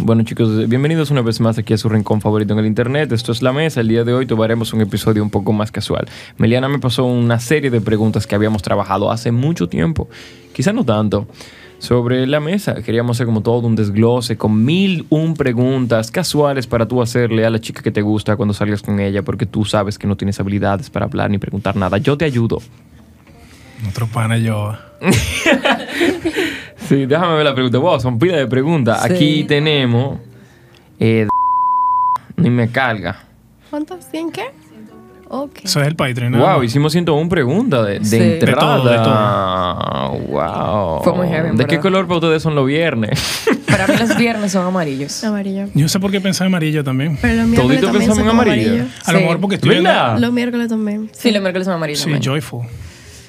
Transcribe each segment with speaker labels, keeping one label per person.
Speaker 1: Bueno chicos, bienvenidos una vez más aquí a su rincón favorito en el internet. Esto es La Mesa. El día de hoy tomaremos un episodio un poco más casual. Meliana me pasó una serie de preguntas que habíamos trabajado hace mucho tiempo, quizá no tanto, sobre la mesa. Queríamos hacer como todo un desglose con mil un preguntas casuales para tú hacerle a la chica que te gusta cuando salgas con ella, porque tú sabes que no tienes habilidades para hablar ni preguntar nada. Yo te ayudo.
Speaker 2: Otro pana yo.
Speaker 1: Sí, déjame ver la pregunta. Wow, son pila de preguntas.
Speaker 3: Sí.
Speaker 1: Aquí tenemos. eh, ni me carga.
Speaker 4: ¿Cuántos? ¿Cien qué? Ok.
Speaker 2: Eso es el Patreon. ¿no?
Speaker 1: Wow, hicimos 101 preguntas de, de
Speaker 3: Sí. De
Speaker 1: entrada.
Speaker 2: todo, de
Speaker 1: Wow.
Speaker 3: Fue muy heavy, en
Speaker 1: ¿De qué
Speaker 3: verdad.
Speaker 1: color para ustedes son los viernes?
Speaker 3: Para mí los viernes son amarillos.
Speaker 4: Amarillo.
Speaker 2: Yo sé por qué pensaba en amarillo también.
Speaker 4: Pero los miércoles
Speaker 1: Todito
Speaker 4: también
Speaker 1: pensamos
Speaker 4: son
Speaker 1: en amarillo.
Speaker 4: amarillos.
Speaker 2: A lo
Speaker 3: Sí.
Speaker 2: mejor porque estoy
Speaker 1: ¿Verdad?
Speaker 4: Los miércoles también.
Speaker 3: Sí, los miércoles son amarillos.
Speaker 2: Ah. Sí,
Speaker 3: también.
Speaker 2: joyful.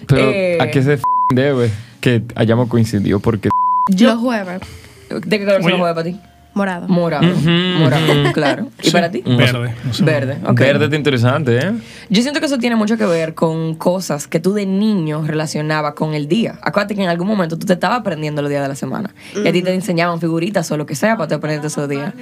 Speaker 1: Pero
Speaker 3: Eh.
Speaker 1: a qué se f- debe que hayamos coincidido porque
Speaker 3: Yo-
Speaker 4: Los jueves,
Speaker 3: ¿De qué color
Speaker 2: Oye.
Speaker 3: son
Speaker 2: Mm-hmm,
Speaker 3: los jueves para ti?
Speaker 4: morado.
Speaker 3: Morado.
Speaker 1: Ujú,
Speaker 3: Morado,
Speaker 1: ujú.
Speaker 3: claro. ¿Y para ti?
Speaker 1: No sé.
Speaker 2: Verde. no sé.
Speaker 3: Verde. ok.
Speaker 1: verde está interesante, ¿eh?
Speaker 3: Yo siento que eso tiene mucho que ver con cosas que tú de niño relacionabas con el día. Acuérdate que en algún momento tú te estabas aprendiendo los días de la semana. Y a ti te enseñaban figuritas o lo que sea para te aprenderte esos días.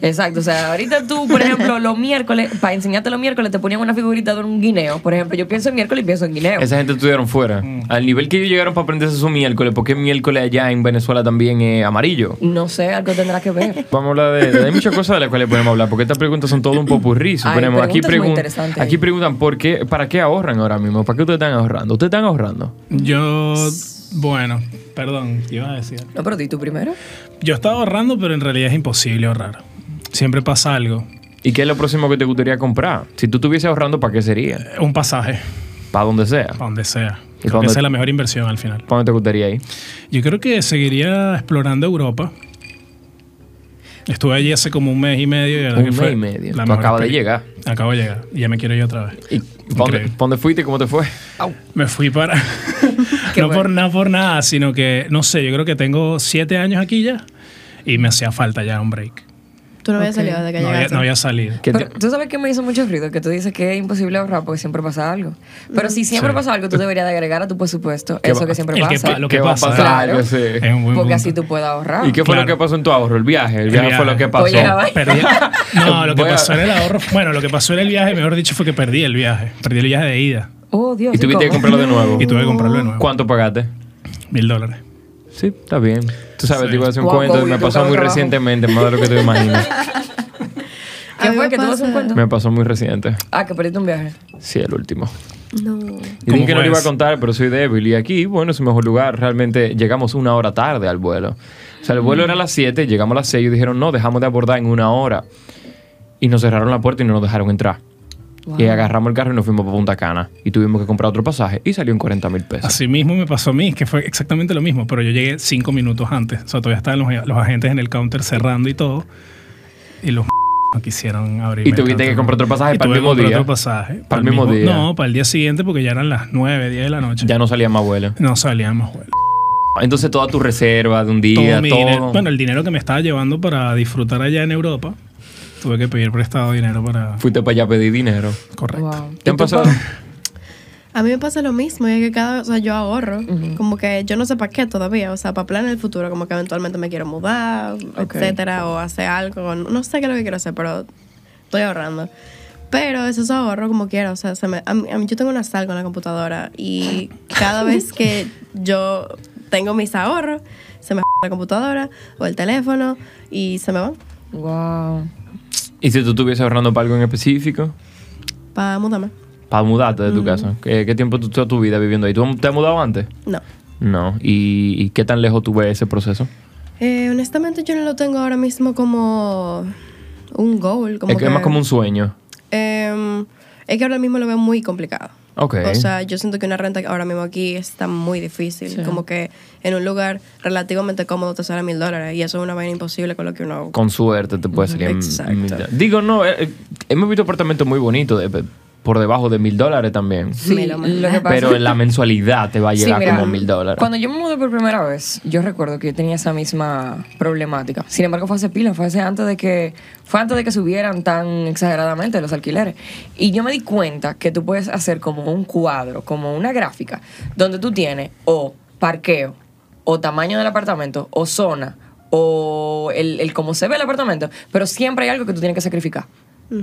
Speaker 3: Exacto, o sea, ahorita tú, por ejemplo, los miércoles, para enseñarte los miércoles, te ponían una figurita de un guineo. Por ejemplo, yo pienso en miércoles y pienso en guineo.
Speaker 1: Esa gente estuvieron fuera.
Speaker 2: Mm.
Speaker 1: Al nivel que ellos llegaron para aprenderse su miércoles, porque el miércoles allá en Venezuela también es amarillo.
Speaker 3: No sé, algo tendrá que ver.
Speaker 1: Vamos a hablar de, de- Hay muchas cosas de las cuales podemos hablar, porque estas preguntas son todo un popurrí. Suponemos, aquí,
Speaker 3: preguntas muy
Speaker 1: pregun-
Speaker 3: interesantes.
Speaker 1: aquí preguntan por qué, ¿para qué ahorran ahora mismo? ¿Para qué ustedes están ahorrando? ¿Ustedes están ahorrando?
Speaker 2: Yo, bueno, perdón, iba a decir.
Speaker 3: No, pero di tú primero.
Speaker 2: Yo estaba ahorrando, pero en realidad es imposible ahorrar. Siempre pasa algo.
Speaker 1: ¿Y qué es lo próximo que te gustaría comprar? Si tú estuviese ahorrando, ¿para qué sería?
Speaker 2: Eh, Un pasaje,
Speaker 1: Para donde sea.
Speaker 2: para donde sea.
Speaker 1: ¿Y
Speaker 2: Creo que
Speaker 1: dónde-
Speaker 2: esa es la mejor inversión al final.
Speaker 1: ¿Para dónde te gustaría ir?
Speaker 2: Yo creo que seguiría explorando Europa. Estuve allí hace como un mes y medio. Y la verdad
Speaker 1: Un
Speaker 2: que
Speaker 1: mes
Speaker 2: fue
Speaker 1: y medio.
Speaker 2: la
Speaker 1: Tú
Speaker 2: mejor
Speaker 1: acabas de
Speaker 2: exper-
Speaker 1: llegar.
Speaker 2: Acabo de llegar. Y ya me quiero ir otra vez.
Speaker 1: ¿Y ¿Para dónde,
Speaker 2: Increíble.
Speaker 1: pa' dónde fuiste? ¿Cómo te fue?
Speaker 2: Me fui para.
Speaker 3: Qué
Speaker 2: no
Speaker 3: bueno.
Speaker 2: por nada, por nada, sino que, no sé, yo creo que tengo siete años aquí ya y me hacía falta ya un break.
Speaker 4: Tú no habías
Speaker 3: Ok.
Speaker 4: salido de que
Speaker 2: No había,
Speaker 4: llegaste.
Speaker 2: no había salido.
Speaker 1: ¿Qué te-
Speaker 3: Pero, tú sabes que me hizo mucho ruido que tú dices que es imposible ahorrar porque siempre pasa algo. Pero si siempre
Speaker 2: Sí.
Speaker 3: pasa algo, tú deberías de agregar a tu presupuesto
Speaker 1: ¿Qué
Speaker 3: eso
Speaker 1: Eh, va-
Speaker 3: que siempre
Speaker 2: el que
Speaker 3: pasa.
Speaker 2: pa- lo
Speaker 1: ¿Qué
Speaker 2: que
Speaker 1: va a
Speaker 2: pasa?
Speaker 1: pasar?
Speaker 3: Claro.
Speaker 1: Yo sé.
Speaker 2: Es un buen
Speaker 3: porque
Speaker 2: punto.
Speaker 3: así tú puedes ahorrar.
Speaker 1: ¿Y qué fue
Speaker 2: Claro.
Speaker 1: lo que pasó en tu ahorro? El viaje. El
Speaker 2: El
Speaker 1: viaje,
Speaker 2: viaje.
Speaker 1: fue lo que pasó.
Speaker 3: Oye, la vaina.
Speaker 2: Perdí- no, lo que
Speaker 1: Voy a-
Speaker 2: pasó en el ahorro. Bueno, lo que pasó en el viaje, mejor dicho, fue que perdí el viaje. Perdí el viaje de ida
Speaker 3: Oh, Dios.
Speaker 1: Y tuviste que
Speaker 3: cómo?
Speaker 1: comprarlo de nuevo.
Speaker 2: y tuve que comprarlo de nuevo.
Speaker 1: ¿Cuánto pagaste?
Speaker 2: Mil dólares.
Speaker 1: Sí, está bien. Tú sabes,
Speaker 2: Sí.
Speaker 1: te iba a hacer un
Speaker 3: Guau,
Speaker 1: cuento.
Speaker 3: guau,
Speaker 1: me
Speaker 3: y tú
Speaker 1: pasó
Speaker 3: cada
Speaker 1: muy
Speaker 3: trabajo.
Speaker 1: recientemente, más de lo que te imaginas.
Speaker 3: ¿Qué
Speaker 4: A mí
Speaker 3: Ah, fue
Speaker 4: me
Speaker 3: que tú vas a
Speaker 4: pasa-
Speaker 3: un cuento?
Speaker 1: Me pasó muy reciente.
Speaker 3: Ah, que perdiste un viaje.
Speaker 1: Sí, el último.
Speaker 4: No.
Speaker 1: Y dije
Speaker 2: ¿Cómo
Speaker 1: que no
Speaker 2: fue
Speaker 1: lo iba a
Speaker 2: eso?
Speaker 1: contar, pero soy débil. Y aquí, bueno, es el mejor lugar. Realmente llegamos una hora tarde al vuelo. O sea, el vuelo era a las 7, llegamos a las 6 y dijeron, no, dejamos de abordar en una hora. Y nos cerraron la puerta y no nos dejaron entrar.
Speaker 3: Wow.
Speaker 1: Y agarramos el carro y nos fuimos para Punta Cana. Y tuvimos que comprar otro pasaje y salió en 40 mil pesos.
Speaker 2: Así mismo me pasó a mí, que fue exactamente lo mismo, pero yo llegué cinco minutos antes. O sea, todavía estaban los, los agentes en el counter cerrando y todo. Y los no quisieron abrir.
Speaker 1: Y tuviste que comprar otro pasaje para el mismo día.
Speaker 2: otro pasaje.
Speaker 1: Para el mismo día.
Speaker 2: No, para el día siguiente porque ya eran las 9, 10 de la noche.
Speaker 1: Ya no salía más vuelo.
Speaker 2: No salíamos, güey.
Speaker 1: Entonces toda tu reserva de un día,
Speaker 2: Todo
Speaker 1: todo.
Speaker 2: mi dinero- bueno, el dinero que me estaba llevando para disfrutar allá en Europa, tuve que pedir prestado dinero para...
Speaker 1: Fuiste para allá a pedir dinero.
Speaker 2: Correcto.
Speaker 3: Wow.
Speaker 1: ¿Te han pasado?
Speaker 4: A mí me pasa lo mismo, y es que cada, o sea, yo ahorro, como que yo no sé para qué todavía, o sea, para planes del futuro, como que eventualmente me quiero mudar,
Speaker 3: Ok.
Speaker 4: etcétera, o hacer algo, no, no sé qué es lo que quiero hacer, pero estoy ahorrando. Pero esos ahorros como quiera, o sea, se me, a mí- a mí- yo tengo una sal con la computadora y cada vez que yo tengo mis ahorros, se me la computadora o el teléfono y se me van
Speaker 3: Wow.
Speaker 1: ¿Y si tú estuvieses ahorrando para algo en específico?
Speaker 4: para mudarme.
Speaker 1: Para mudarte de tu casa. ¿Qué, qué tiempo tú toda tu vida viviendo ahí? ¿Tú te has mudado antes?
Speaker 4: No.
Speaker 1: No. ¿Y, y qué tan lejos tú ves ese proceso?
Speaker 4: Eh, honestamente yo no lo tengo ahora mismo como un goal. Como
Speaker 1: es que es más como un sueño.
Speaker 4: Em, es que ahora mismo lo veo muy complicado.
Speaker 1: Ok.
Speaker 4: O sea, yo siento que una renta ahora mismo aquí está muy difícil.
Speaker 3: Sí.
Speaker 4: Como que en un lugar relativamente cómodo te sale mil dólares y eso es una vaina imposible con lo que uno...
Speaker 1: Con suerte te puede salir. en-
Speaker 4: Exacto.
Speaker 1: en- Digo, no, eh, eh, hemos visto apartamentos muy bonitos de- por debajo de mil dólares también.
Speaker 3: Sí,
Speaker 4: Me lo
Speaker 3: lo, que pasa
Speaker 1: Pero la mensualidad te va a
Speaker 3: Sí,
Speaker 1: llegar
Speaker 3: mira,
Speaker 1: como mil dólares.
Speaker 3: Cuando yo me mudé por primera vez, yo recuerdo que yo tenía esa misma problemática. Sin embargo, fue hace pila, fue hace antes de que fue antes de que subieran tan exageradamente los alquileres. Y yo me di cuenta que tú puedes hacer como un cuadro, como una gráfica, donde tú tienes o parqueo, o tamaño del apartamento, o zona, o el, el cómo se ve el apartamento, pero siempre hay algo que tú tienes que sacrificar,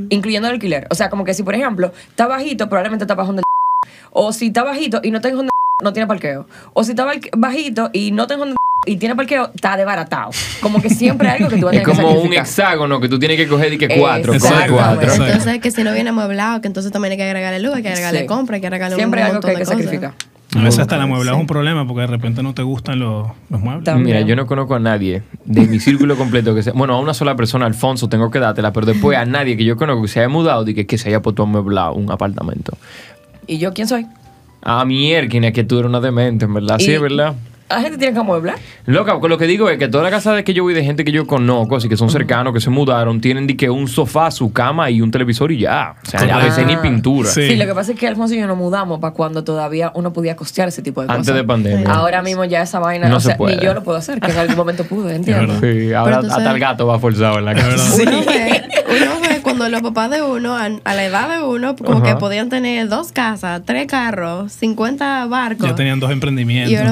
Speaker 3: incluyendo el alquiler. O sea, como que si, por ejemplo, está bajito, probablemente está bajando o si está bajito y no tengo no tiene parqueo. O si está bal- bajito y no tengo y tiene parqueo, está desbaratado. Como que siempre hay algo que tú vas a
Speaker 1: Es
Speaker 3: tener que
Speaker 1: como un
Speaker 3: sacrificar.
Speaker 1: hexágono que tú tienes que coger y que cuatro,
Speaker 3: Exactamente.
Speaker 1: cuatro, cuatro.
Speaker 2: Exacto.
Speaker 4: Entonces, que si no viene amueblado, que entonces también hay que agregarle luz, hay que agregarle
Speaker 3: Sí.
Speaker 4: compra, hay que agregarle
Speaker 3: Siempre
Speaker 4: un
Speaker 3: hay algo que
Speaker 4: montón
Speaker 3: hay que
Speaker 4: de cosas.
Speaker 3: sacrificar.
Speaker 2: A veces hasta la muebla es un problema porque de repente no te gustan los, los muebles.
Speaker 3: También.
Speaker 1: Mira, yo no conozco a nadie de mi círculo completo que sea. Bueno, a una sola persona, Alfonso, tengo que dártela, pero después a nadie que yo conozco que se haya mudado y que, que se haya puesto amueblado un apartamento.
Speaker 3: ¿Y yo quién soy?
Speaker 1: Ah, mierda, que tú eres una demente, en verdad. Sí,
Speaker 3: Y-
Speaker 1: es verdad.
Speaker 3: La gente tiene que amueblar.
Speaker 1: Loca, lo que digo es que toda la casa de que yo voy de gente que yo conozco, así que son cercanos, que se mudaron, tienen de que un sofá, su cama y un televisor y ya. O sea, a
Speaker 2: Correcto.
Speaker 1: veces ni pintura.
Speaker 2: Sí.
Speaker 3: Sí. lo que pasa es que Alfonso y yo nos mudamos para cuando todavía uno podía costear ese tipo de
Speaker 1: Antes
Speaker 3: cosas.
Speaker 1: de pandemia.
Speaker 3: Ahora mismo ya esa vaina,
Speaker 1: No
Speaker 3: o
Speaker 1: se
Speaker 3: sea,
Speaker 1: puede.
Speaker 3: ni yo lo puedo hacer, que en algún momento pude,
Speaker 2: Es
Speaker 3: ¿entiendes?
Speaker 2: verdad.
Speaker 1: Sí, ahora
Speaker 4: tú
Speaker 1: hasta
Speaker 4: sabes-
Speaker 1: el gato va forzado en la casa.
Speaker 2: verdad.
Speaker 4: Uno ve, uno ve cuando los papás de uno, a, a la edad de uno, como
Speaker 1: Ajá.
Speaker 4: que podían tener dos casas, tres carros, 50 barcos.
Speaker 2: Ya tenían dos
Speaker 4: Y ahora
Speaker 2: emprendimientos.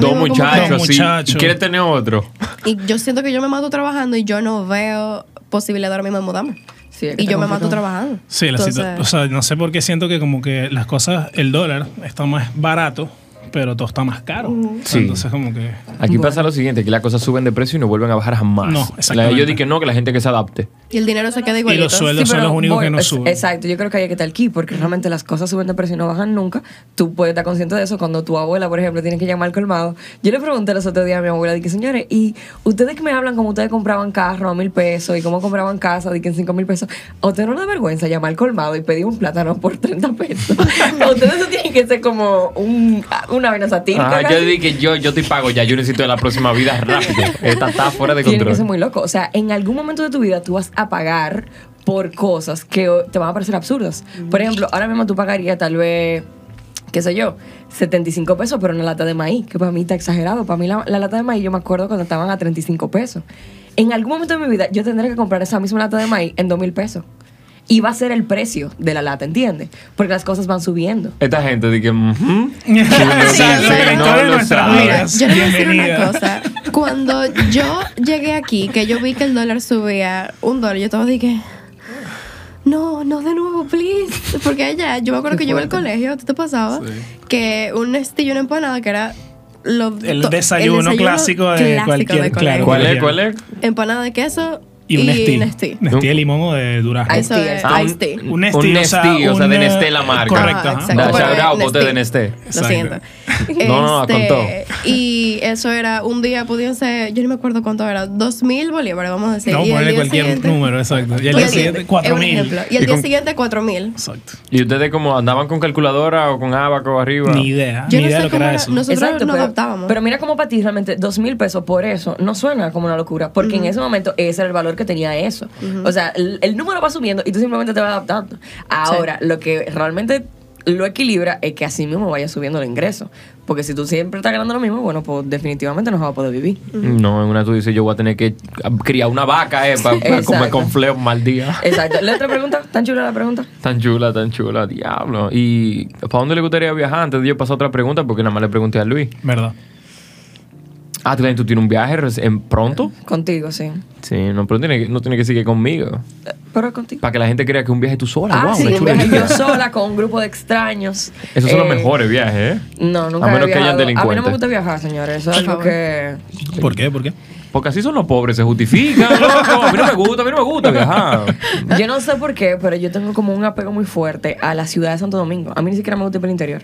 Speaker 1: Dos
Speaker 4: mismo como que-
Speaker 1: muchachos,
Speaker 2: Dos
Speaker 1: sí.
Speaker 2: muchachos.
Speaker 1: ¿Y ¿Quieres tener otro?
Speaker 4: Y yo siento que yo me mato trabajando y yo no veo posibilidad ahora mismo de mudarme.
Speaker 3: Sí, es que
Speaker 4: y
Speaker 3: está
Speaker 4: yo me mato
Speaker 3: complicado.
Speaker 4: trabajando.
Speaker 2: Sí, la
Speaker 4: Entonces,
Speaker 2: situa- o sea, no sé por qué siento que como que las cosas, el dólar está más barato, pero todo está más caro.
Speaker 1: Sí.
Speaker 2: Entonces como que...
Speaker 1: Aquí pasa lo siguiente, que las cosas suben de precio y no vuelven a bajar jamás.
Speaker 2: No,
Speaker 1: La-
Speaker 2: exactamente.
Speaker 1: yo dije que no, que la gente que se adapte.
Speaker 4: Y el dinero se queda
Speaker 2: los
Speaker 4: igualito.
Speaker 2: sueldos- Ellos son
Speaker 3: pero
Speaker 2: los únicos que no
Speaker 3: es-
Speaker 2: suben.
Speaker 3: Exacto, yo creo que hay que estar aquí porque realmente las cosas suben de precio y no bajan nunca. Tú puedes estar consciente de eso cuando tu abuela, por ejemplo, tiene que llamar al colmado. Yo le pregunté los otros días a mi abuela, dije, señores, y ustedes que me hablan como ustedes compraban carro a mil pesos y cómo compraban casa, dije, en cinco mil pesos, ¿a ustedes no les da vergüenza llamar al colmado y pedir un plátano por 30 pesos? ¿A ustedes no tienen que ser como un, una vaina satírica?
Speaker 1: Ah,
Speaker 3: casi?
Speaker 1: yo dije, yo, yo te pago ya, yo necesito la próxima vida rápido. Esta está fuera de
Speaker 3: Tiene que ser
Speaker 1: control.
Speaker 3: muy loco. O sea, en algún momento de tu vida tú vas a pagar por cosas que o- te van a parecer absurdas. Por ejemplo, ahora mismo tú pagarías tal vez, qué sé yo, 75 pesos por una lata de maíz, que para mí está exagerado. Para mí la, la lata de maíz yo me acuerdo cuando estaban a 35 pesos. En algún momento de mi vida yo tendré que comprar esa misma lata de maíz en 2 mil pesos. Y va a ser el precio de la lata, ¿entiendes? Porque las cosas van subiendo.
Speaker 1: Esta gente dije, "Ujú".
Speaker 2: Exacto,
Speaker 4: sí,
Speaker 2: director
Speaker 1: no
Speaker 2: de
Speaker 1: lo
Speaker 2: nuestras
Speaker 1: sabes.
Speaker 2: vidas.
Speaker 4: Yo le voy a decir una
Speaker 2: Bienvenida.
Speaker 4: cosa. Cuando yo llegué aquí, que yo vi que el dólar subía un dólar, yo estaba dije, no, no de nuevo, please. Porque allá, yo me acuerdo que yo iba al colegio, ¿tú te pasaba? Que un estillo, una empanada, que era lo- to-
Speaker 2: El desayuno clásico de cualquier-
Speaker 4: colegio.
Speaker 2: claro.
Speaker 1: ¿Cuál es? ¿Cuál es?
Speaker 4: Empanada de queso
Speaker 2: Y un estilo.
Speaker 4: Nestlé.
Speaker 2: Nestlé de limón o de durazno.
Speaker 4: Ahí Eso
Speaker 3: Iced tea,
Speaker 4: es,
Speaker 3: iced
Speaker 1: Ah,
Speaker 4: iced tea.
Speaker 1: Un Nestlé, o sea, eh, de
Speaker 2: una-
Speaker 1: Nestlé la marca.
Speaker 2: Correcto.
Speaker 4: Ajá,
Speaker 2: ajá.
Speaker 4: exacto.
Speaker 1: Da,
Speaker 4: Pero
Speaker 1: shout out, bote de Nestlé.
Speaker 4: Lo siento. Este,
Speaker 1: No, no, no, con todo.
Speaker 4: Y eso era, un día podían ser, yo no me acuerdo cuánto era, dos mil bolívares, vamos a decir.
Speaker 2: No,
Speaker 4: Y el
Speaker 2: ponerle
Speaker 4: día
Speaker 2: cualquier
Speaker 4: siguiente-
Speaker 2: número, exacto. Y el
Speaker 4: Y
Speaker 2: día
Speaker 4: el
Speaker 2: siguiente,
Speaker 4: es eh, un
Speaker 2: 4000.
Speaker 4: ejemplo. Y el
Speaker 1: Y
Speaker 4: día
Speaker 1: con-
Speaker 4: siguiente, 4000.
Speaker 2: Exacto.
Speaker 1: ¿Y ustedes como andaban con calculadora o con abaco arriba?
Speaker 2: Ni idea,
Speaker 4: Yo
Speaker 2: ni
Speaker 4: no
Speaker 2: idea
Speaker 4: sé
Speaker 2: lo que
Speaker 4: cómo
Speaker 2: era
Speaker 4: era-
Speaker 2: eso.
Speaker 4: no sé- Nosotros nos
Speaker 3: pero,
Speaker 4: adaptábamos.
Speaker 3: Pero mira cómo para ti realmente dos mil pesos por eso no suena como una locura, porque en ese momento ese era el valor que tenía eso. O sea, el, el número va subiendo y tú simplemente te vas adaptando. Ahora, lo que realmente lo equilibra es que así mismo vaya subiendo el ingreso. Porque si tú siempre estás ganando lo mismo, bueno, pues definitivamente no vas a poder vivir.
Speaker 1: No, en una tú dices, yo voy a tener que criar una vaca, eh, para
Speaker 3: Exacto.
Speaker 1: comer con fleo un mal día.
Speaker 3: Exacto. La otra pregunta, tan chula la pregunta.
Speaker 1: Tan chula, tan chula, diablo. ¿Y para dónde le gustaría viajar? Antes de yo pasar a otra pregunta, porque nada más le pregunté a Luis.
Speaker 2: ¿Verdad?
Speaker 1: Ah, ¿tú, tú tienes un viaje res- en pronto?
Speaker 3: Contigo, sí.
Speaker 1: Sí, no, pero tiene que- no tiene que seguir conmigo.
Speaker 3: Eh, Pero contigo.
Speaker 1: Para que la gente crea que un viaje tú sola.
Speaker 3: Ah,
Speaker 1: Ah, wow,
Speaker 3: sí,
Speaker 1: una
Speaker 3: un viaje yo
Speaker 1: chulería.
Speaker 3: sola con un grupo de extraños.
Speaker 1: Esos son los
Speaker 3: Eh,
Speaker 1: mejores viajes, ¿eh?
Speaker 3: No, nunca
Speaker 1: A menos
Speaker 3: he
Speaker 1: que hayan
Speaker 3: viajado. A mí no me
Speaker 1: delincuentes.
Speaker 3: gusta viajar, señores. Eso es algo
Speaker 4: Por favor.
Speaker 3: que...
Speaker 2: ¿Por qué? ¿Por qué?
Speaker 1: Porque así son los pobres, se justifican, loco. A mí no me gusta, a mí no me gusta viajar.
Speaker 3: Yo no sé por qué, pero yo tengo como un apego muy fuerte a la ciudad de Santo Domingo. A mí ni siquiera me gusta ir para el interior.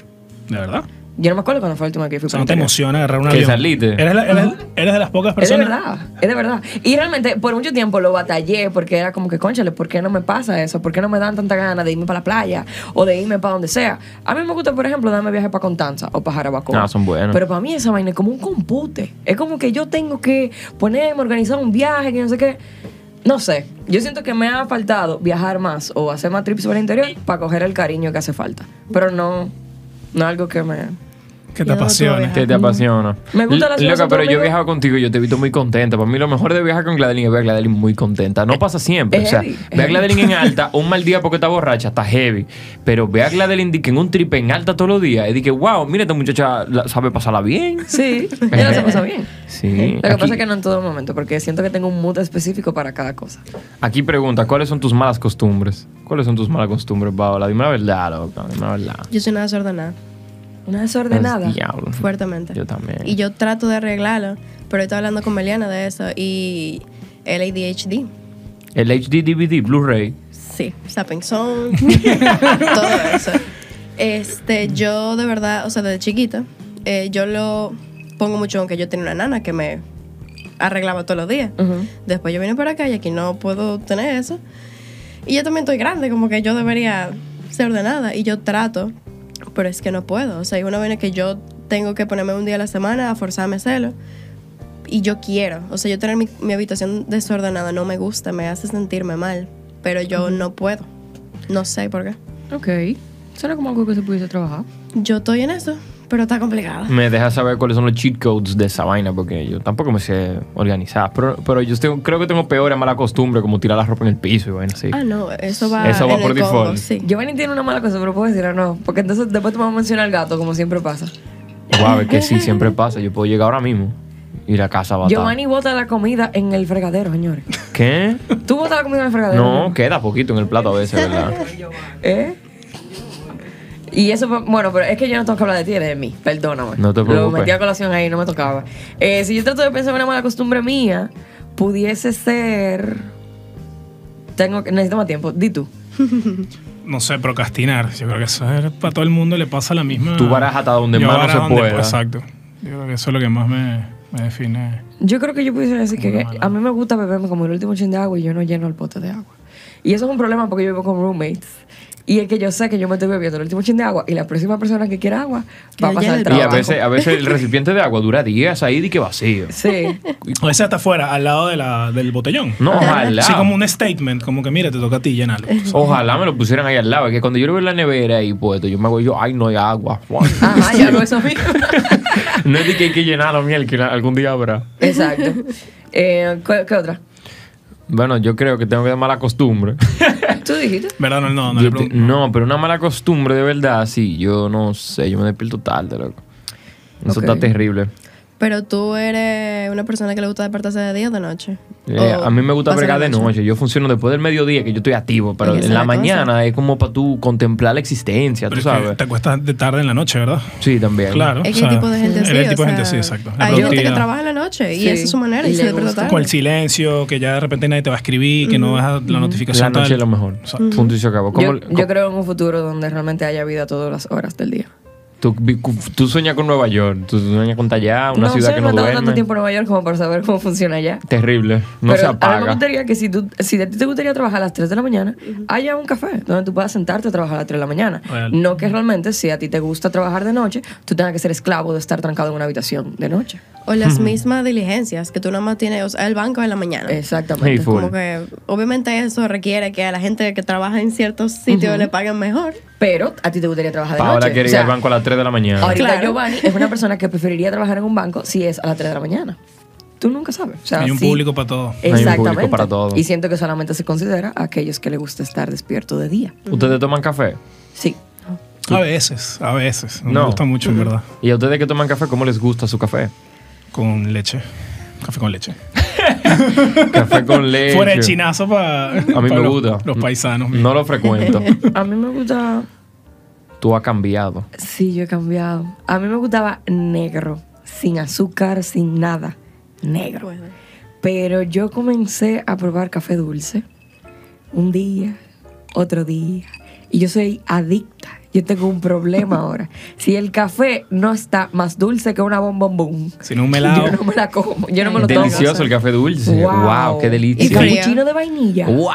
Speaker 2: ¿De verdad?
Speaker 3: Yo no me acuerdo cuando fue la última vez que fui
Speaker 2: O sea,
Speaker 3: para
Speaker 2: no
Speaker 3: el
Speaker 2: te
Speaker 3: interior.
Speaker 2: emociona agarrar una
Speaker 1: Que
Speaker 2: avión.
Speaker 1: saliste.
Speaker 2: Eres, la- eres- eres de las pocas
Speaker 3: Es de
Speaker 2: personas.
Speaker 3: verdad, es de verdad. Y realmente, por mucho tiempo lo batallé porque era como que, conchale, ¿por qué no me pasa eso? ¿Por qué no me dan tanta gana de irme para la playa o de irme para donde sea? A mí me gusta, por ejemplo, darme viaje para Contanza o para Jarabacoa.
Speaker 1: Ah, son buenos.
Speaker 3: Pero para mí esa vaina es como un compute. Es como que yo tengo que ponerme, organizar un viaje, que no sé qué. No sé, yo siento que me ha faltado viajar más o hacer más trips por el interior para coger el cariño que hace falta. Pero no, no algo que me...
Speaker 2: Que te
Speaker 4: Yo no tuve
Speaker 2: apasiona.
Speaker 4: viaje.
Speaker 1: Que te apasiona.
Speaker 3: Me gusta la
Speaker 1: L-
Speaker 3: ciudad
Speaker 1: Loca, pero yo he
Speaker 3: de Santo Domingo.
Speaker 1: viajado contigo y yo te he visto muy contenta. Para mí lo mejor de viajar con Gladeline es ver a Gladeline muy contenta. No pasa siempre.
Speaker 3: es
Speaker 1: O sea,
Speaker 3: heavy, es
Speaker 1: ver a
Speaker 3: heavy.
Speaker 1: Gladeline en alta, un mal día porque está borracha, está heavy. Pero ver a Gladeline di que en un trip en alta todos los días. Y di que, wow, mira, esta muchacha la- sabe pasarla bien.
Speaker 3: Sí, ella lo se pasa bien.
Speaker 1: Sí.
Speaker 3: Lo que
Speaker 1: Aquí-
Speaker 3: pasa es que no en todo momento, porque siento que tengo un mood específico para cada cosa.
Speaker 1: Aquí pregunta, ¿cuáles son tus malas costumbres? ¿Cuáles son tus malas costumbres, Paola? Dime la verdad, loca, dime la verdad.
Speaker 4: Yo soy una desordenada,
Speaker 3: Una desordenada.
Speaker 1: Es Diablo.
Speaker 4: fuertemente.
Speaker 1: Yo también.
Speaker 4: Y yo trato de arreglarlo, pero estoy hablando con Meliana de eso y el ADHD.
Speaker 1: El HD DVD, Blu-ray.
Speaker 4: Sí, Sapping Song, todo eso. Este, yo de verdad, o sea, desde chiquita, eh, yo lo pongo mucho, aunque yo tenía una nana que me arreglaba todos los días.
Speaker 3: Ujú.
Speaker 4: Después yo vine para acá y aquí no puedo tener eso. Y yo también estoy grande, como que yo debería ser ordenada y yo trato, pero es que no puedo. O sea, hay una vaina que yo tengo que ponerme un día a la semana a forzarme a hacerlo. Y yo quiero, o sea, yo tener mi, mi habitación desordenada no me gusta, me hace sentirme mal, pero yo no puedo. No sé por qué.
Speaker 3: Ok. Suena como algo que se pudiese trabajar.
Speaker 4: Yo estoy en eso, pero está complicado.
Speaker 1: Me dejas saber cuáles son los cheat codes de esa vaina, porque yo tampoco me sé organizar. Pero, pero yo tengo- creo que tengo peores mala costumbre, como tirar la ropa en el piso y vaina así.
Speaker 4: Ah, no, eso va,
Speaker 1: Eso va
Speaker 4: en
Speaker 1: por
Speaker 4: el combo,
Speaker 1: default.
Speaker 4: sí.
Speaker 3: Giovanni tiene una mala cosa, pero puedo decir o no. Porque entonces después te vamos a mencionar al gato, como siempre pasa.
Speaker 1: Guau, es que sí, siempre pasa. Yo puedo llegar ahora mismo y la casa va a estar-
Speaker 3: Giovanni bota la comida en el fregadero, señores.
Speaker 1: ¿Qué?
Speaker 3: ¿Tú botas la comida en el fregadero?
Speaker 1: No, queda poquito en el plato a veces, ¿verdad?
Speaker 3: ¿Eh? Y eso, fue- bueno, pero es que yo no tengo que hablar de ti, eres de mí, perdóname.
Speaker 1: No te
Speaker 3: Lo
Speaker 1: preocupes.
Speaker 3: metí a colación ahí, no me tocaba. Eh, si yo trato de pensar en una mala costumbre mía, pudiese ser. Tengo que. Necesito más tiempo. Di tú.
Speaker 2: No sé, procrastinar. Yo creo que eso es- para todo el mundo le pasa la misma.
Speaker 1: Tú barajas hasta donde
Speaker 2: Yo
Speaker 1: más no
Speaker 2: barajo
Speaker 1: se
Speaker 2: donde
Speaker 1: pueda.
Speaker 2: puedo, Exacto. Yo creo que eso es lo que más me, me define.
Speaker 3: Yo creo que yo pudiese decir que a mí me gusta beberme como el último chin de agua y yo no lleno el pote de agua. Y eso es un problema porque yo vivo con roommates. Y es que yo sé que yo me estoy bebiendo el último chin de agua y la próxima persona que quiera agua va a
Speaker 4: Que
Speaker 3: pasar
Speaker 4: llene
Speaker 3: el
Speaker 4: el
Speaker 1: Y a
Speaker 3: trabajo.
Speaker 1: veces, a veces el recipiente de agua dura días ahí y que vacío.
Speaker 3: Sí.
Speaker 2: O ese hasta afuera, al lado de la, del botellón.
Speaker 1: No, ojalá.
Speaker 2: Así como un statement, como que mira, te toca a ti llenarlo.
Speaker 4: Eh.
Speaker 1: Ojalá me lo pusieran ahí al lado. Es que cuando yo lo veo en la nevera ahí puesto, yo me hago yo, ay, no hay agua.
Speaker 3: Ajá, yo hago eso mismo.
Speaker 1: no es de que hay que llenarlo, miel, que algún día habrá.
Speaker 3: Exacto. Eh, ¿cu- ¿Qué otra?
Speaker 1: Bueno, yo creo que tengo que dar mala costumbre.
Speaker 3: ¿Tú dijiste?
Speaker 2: ¿Verdad? No, no, no
Speaker 1: Yo
Speaker 2: le
Speaker 1: te-
Speaker 2: pregunto.
Speaker 1: no, pero una mala costumbre de verdad, sí. Yo no sé, yo me despierto tarde, loco. Eso
Speaker 3: Ok.
Speaker 1: está terrible.
Speaker 4: Pero tú eres una persona que le gusta despertarse de día o de noche.
Speaker 1: Eh,
Speaker 4: ¿O
Speaker 1: a mí me gusta
Speaker 4: pasa la
Speaker 1: bregar de noche. Yo funciono después del mediodía, que yo estoy activo, pero
Speaker 4: Es que
Speaker 1: en
Speaker 4: esa
Speaker 1: la
Speaker 4: es la cosa.
Speaker 1: mañana es como para tú contemplar la existencia,
Speaker 2: Pero
Speaker 1: tú
Speaker 2: es que
Speaker 1: sabes.
Speaker 2: Te acuestas de tarde en la noche, ¿verdad?
Speaker 1: Sí, también.
Speaker 2: Claro.
Speaker 4: Es
Speaker 2: o
Speaker 4: que
Speaker 2: sea,
Speaker 4: el tipo de gente sí.
Speaker 2: eres el
Speaker 4: o
Speaker 2: tipo de gente
Speaker 4: sea,
Speaker 2: sí, exacto. La
Speaker 4: Hay gente que
Speaker 2: productividad.
Speaker 4: trabaja en la noche y
Speaker 3: Sí.
Speaker 4: esa es su manera y,
Speaker 3: Y
Speaker 4: se
Speaker 3: le
Speaker 4: despierta
Speaker 3: gusta.
Speaker 4: tarde.
Speaker 2: Con el silencio, que ya de repente nadie te va a escribir, que no deja la notificación.
Speaker 1: La noche es
Speaker 2: tal.
Speaker 1: lo mejor.
Speaker 2: Exacto.
Speaker 1: Punto y se acabó. ¿Cómo-
Speaker 3: Yo, yo
Speaker 1: cómo-
Speaker 3: creo en un futuro donde realmente haya vida a todas las horas del día.
Speaker 1: tú, tú sueñas con Nueva York, tú sueñas con allá, una
Speaker 3: no
Speaker 1: ciudad
Speaker 3: sé,
Speaker 1: que
Speaker 3: no
Speaker 1: no
Speaker 3: estaba tanto
Speaker 1: duerme.
Speaker 3: tiempo en Nueva York como para saber cómo funciona allá.
Speaker 1: Terrible. No
Speaker 3: Pero
Speaker 1: se
Speaker 3: A mí me
Speaker 1: apaga.
Speaker 3: gustaría que si, tú, si a ti te gustaría trabajar a las 3 de la mañana, haya un café donde tú puedas sentarte a trabajar a las 3 de la mañana.
Speaker 2: Real.
Speaker 3: No que realmente si a ti te gusta trabajar de noche, tú tengas que ser esclavo de estar trancado en una habitación de noche.
Speaker 4: O las mismas diligencias que tú nada más tienes, o sea, el banco en la mañana.
Speaker 1: Hey,
Speaker 3: Exactamente.
Speaker 1: full.
Speaker 4: Como que obviamente eso requiere que a la gente que trabaja en ciertos sitios le paguen mejor.
Speaker 3: Pero a ti te gustaría trabajar de
Speaker 1: Paola
Speaker 3: noche.
Speaker 1: quiere
Speaker 3: O
Speaker 1: ir
Speaker 3: sea,
Speaker 1: al banco a las 3 de la mañana.
Speaker 3: Ahorita
Speaker 4: Claro.
Speaker 3: Giovanni es una persona que preferiría trabajar en un banco si es a las 3 de la mañana. Tú nunca sabes. O sea,
Speaker 2: Hay un
Speaker 3: sí.
Speaker 2: público para todo.
Speaker 1: Hay un público
Speaker 3: Exactamente.
Speaker 1: para todo.
Speaker 3: Y siento que solamente se considera a aquellos que les gusta estar despierto de día.
Speaker 1: ¿Ustedes toman café?
Speaker 3: Sí.
Speaker 2: A veces, a veces. No,
Speaker 1: No.
Speaker 2: me gusta mucho, en verdad.
Speaker 1: ¿Y a ustedes que toman café, cómo les gusta su café?
Speaker 2: Con leche. Café con leche.
Speaker 1: Café con leche.
Speaker 2: Fuera el chinazo para
Speaker 1: A mí me gusta.
Speaker 2: los, paisanos.
Speaker 1: No lo frecuento.
Speaker 3: A mí me gusta.
Speaker 1: Tú has cambiado.
Speaker 3: Sí, yo he cambiado. A mí me gustaba negro, sin azúcar, sin nada. Negro.
Speaker 4: Bueno.
Speaker 3: Pero yo comencé a probar café dulce. Un día, otro día. Y yo soy adicta. Yo tengo un problema ahora. Si el café no está más dulce que una bombombón,
Speaker 2: Sin un melado.
Speaker 3: yo no me la como. Yo no me lo tomo.
Speaker 1: Delicioso el café dulce. Wow, qué
Speaker 3: Y
Speaker 1: delicia.
Speaker 4: frío.
Speaker 3: capuchino de vainilla.
Speaker 1: Wow.